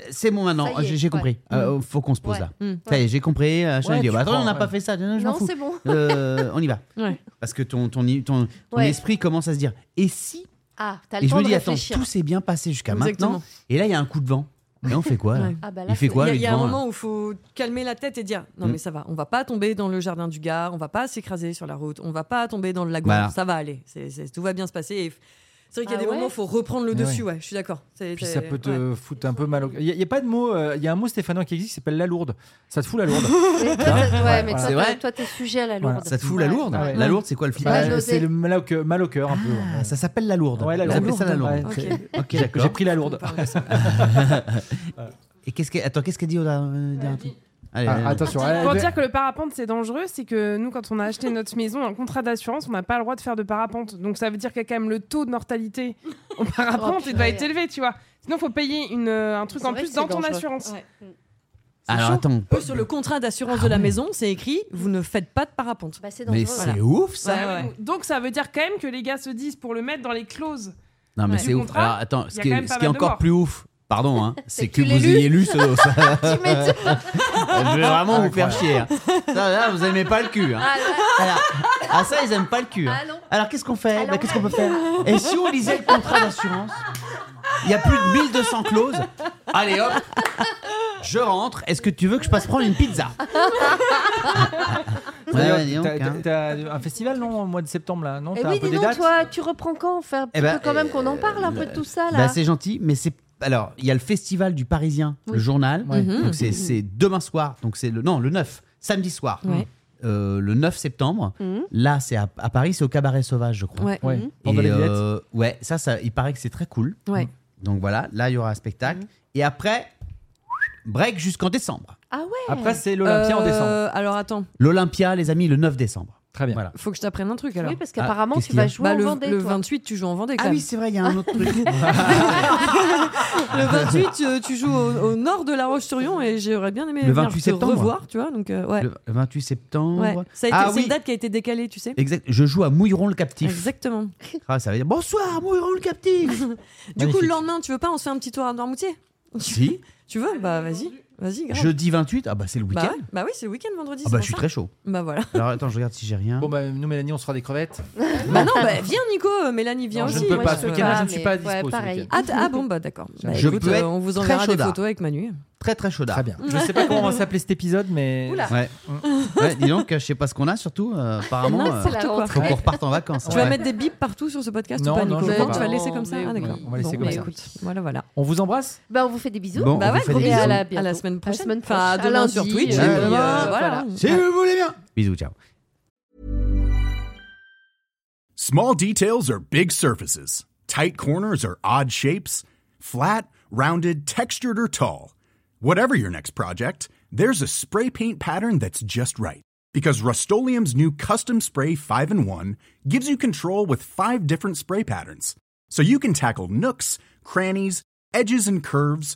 c'est bon maintenant. Ça y est, J'ai j'ai ouais. compris. Euh, faut qu'on se pose Ouais. là. Mm. Ça y est, j'ai compris. euh, machin. Ouais, Il dit, tu bah, attends, prends, on n'a ouais. pas fait ça. Non, je m'en Non, fous. c'est bon. Euh, on y va. Ouais. Parce que ton, ton, ton, ton Ouais. esprit commence à se dire, et si Ah, t'as le Et je temps me de dis, attends, réfléchir. tout s'est bien passé jusqu'à maintenant. Exactement. Et là, il y a un coup de vent. Et on fait quoi là Ouais. Ah, bah là, Il fait faut- quoi Il y a, les il y a un devants, là moment où il faut calmer la tête et dire non Mm. mais ça va, on va pas tomber dans le jardin du gars, on va pas s'écraser sur la route, on va pas tomber dans le lagon, Voilà. ça va aller, c'est- c'est- tout va bien se passer. Et f- C'est vrai qu'il y a Ah des ouais moments où il faut reprendre le Mais dessus, ouais, je suis d'accord. C'est- Puis c'est- ça peut te ouais. foutre un peu mal. au- Il n'y a, pas de mot. euh, Il y a un mot stéphanois qui existe qui s'appelle la lourde. Ça te fout la lourde. Mais toi, t'as- Voilà. Ouais, mais toi, C'est t'as- vrai toi, t'es sujet à la Voilà. lourde. Ça te fout la Ah Ouais. lourde Ouais. La lourde, c'est quoi le Pas Bah, filage nausé. c'est le mal au, cœur- mal au cœur un peu. Ah, Ça s'appelle la lourde. Ouais, la Ils lourde. appellent ça la lourde. Ouais, Ok. c'est- Ok, J'ai d'accord. j'ai pris la On lourde. Ah, parle de ça. Et qu'est-ce que attends, qu'est-ce qu'elle dit au euh, dernier truc Allez, Ah, allez. attention. elle- Pour elle- dire que le parapente c'est dangereux, c'est que nous, quand on a acheté notre maison, un contrat d'assurance, on n'a pas le droit de faire de parapente. Donc ça veut dire qu'il y a quand même le taux de mortalité au parapente, Oh, il doit être purée. élevé, tu vois. Sinon, faut payer une, euh, un truc C'est en vrai plus que dans c'est ton dangereux. assurance. Ouais. Alors chaud. attends. Eux, sur le contrat d'assurance de la maison, c'est écrit vous ne faites pas de parapente. Bah, c'est Mais dangereux. c'est voilà. ouf Ouais, ça. ouais. Donc ça veut dire quand même que les gars se disent pour le mettre dans les clauses. Non mais Ouais. c'est Du ouf. contrat, Alors attends, ce y a qui quand est, même ce pas qui est mal de encore morts. plus ouf. Pardon, hein, <laughs> c'est que tu vous l'aies lu ayez lu ce dos. ça. Tu m'étonnes. <laughs> Je vais vraiment vous faire chier. hein. Ça, là, vous aimez pas le cul. hein. Ah, là- Alors, ah ça, ils aiment pas le cul. hein. ah non. Alors qu'est-ce qu'on fait Alors, Bah, Qu'est-ce qu'on peut <laughs> faire Et si on lisait le contrat d'assurance Il y a plus de 1200 clauses. Allez hop Je rentre. Est-ce que tu veux que je passe prendre une <laughs> pizza Ouais, D'ailleurs, dis donc, t'as- hein. t'as- t'as un festival, non, au mois de septembre, là Non, Et t'as un Eh oui, peu dis des donc, dates toi, tu reprends quand Enfin, Eh tu ben, veux quand même qu'on en euh, parle un peu de le- tout ça, Bah, là. c'est gentil, mais c'est. Alors, il y a le festival du Parisien, le journal. Ouais. Mhm. Donc, c'est- c'est demain soir. Donc, c'est le. Non, le 9, samedi soir. Ouais. Euh, le 9 septembre. Mhm. Là, c'est à, à Paris, c'est au Cabaret Sauvage, je crois. Ouais. Ouais. Mhm. Et, Porte de la Villette. euh, ouais, ça, ça, il paraît que c'est très cool. Mmh. Ouais. Donc, voilà, là, il y aura un spectacle. Mhm. Et après, break jusqu'en décembre. Ah ouais Après, c'est l'Olympia en Euh, décembre. Alors attends, L'Olympia, les amis, le 9 décembre. Très bien. voilà. faut que je t'apprenne un truc alors. Oui, parce qu'apparemment, qu'est-ce tu qu'il y a vas jouer Bah, en le, Vendée, le toi. 28, tu joues en Vendée quand Ah même. oui, c'est vrai, il y a un autre <laughs> truc. Le 28, euh, tu joues au, au nord de La Roche-sur-Yon et j'aurais bien aimé Le venir 28 te septembre. revoir, tu vois. Donc, euh, ouais. le 28 septembre. Ouais. Ça a été, Ah c'est oui. une date qui a été décalée, tu sais. Exact, je joue à Mouilleron le captif. Exactement. Ah, ça veut dire bonsoir, Mouilleron le <laughs> captif. Du coup, Magnifique. le lendemain, tu veux pas, on se fait un petit tour à <laughs> Noirmoutier si. Tu veux Bah, vas-y. Vas-y, grave. Jeudi 28, ah bah c'est le week-end. Bah, ouais. Bah oui, c'est le week-end vendredi. ah c'est bah pour je suis ça. très chaud. Bah voilà. Alors attends, je regarde si j'ai rien. Bon, bah, nous, Mélanie, on se fera des crevettes. bah non, bah viens, Nico. euh, Mélanie, viens Non, je aussi. ne peux Moi, pas. je Ce peux week-end-là, pas. je ne suis mais- pas dispo. ouais, ce pareil. week-end. Ah, t- ah bon, bah d'accord. Bah, Je écoute, peux euh, être on vous très enverra des chaudard. photos avec Manu. Très très chaud Très bien. Je sais pas comment on va s'appeler cet épisode, mais. Oula. Ouais. Mm. ouais. Dis donc, je sais pas ce qu'on a surtout. euh, <laughs> apparemment, Non, euh, C'est la quoi. Eh, rentrée. faut qu'on reparte en vacances. Tu Ouais. vas mettre des bips partout sur ce podcast Non, ou pas, non, Nico je Non, vais tu pas. vas laisser comme ça Mais Ah, d'accord. oui. On va laisser Bon, comme bah, ça. écoute, Voilà, voilà. On vous embrasse Bah, on vous fait des bisous. Bon, Bah on ouais, vous fait gros des et à bisous. la, À la bientôt. semaine À la prochaine. semaine Enfin, à prochaine. demain À sur lundi, Twitch. euh, et, euh, voilà. voilà. Si vous voulez bien. Bisous, ciao. Small details are big surfaces. Tight corners are odd shapes. Flat, rounded, textured, or tall. Whatever your next project, there's a spray paint pattern that's just right. Because Rust new Custom Spray 5 in 1 gives you control with five different spray patterns. So you can tackle nooks, crannies, edges, and curves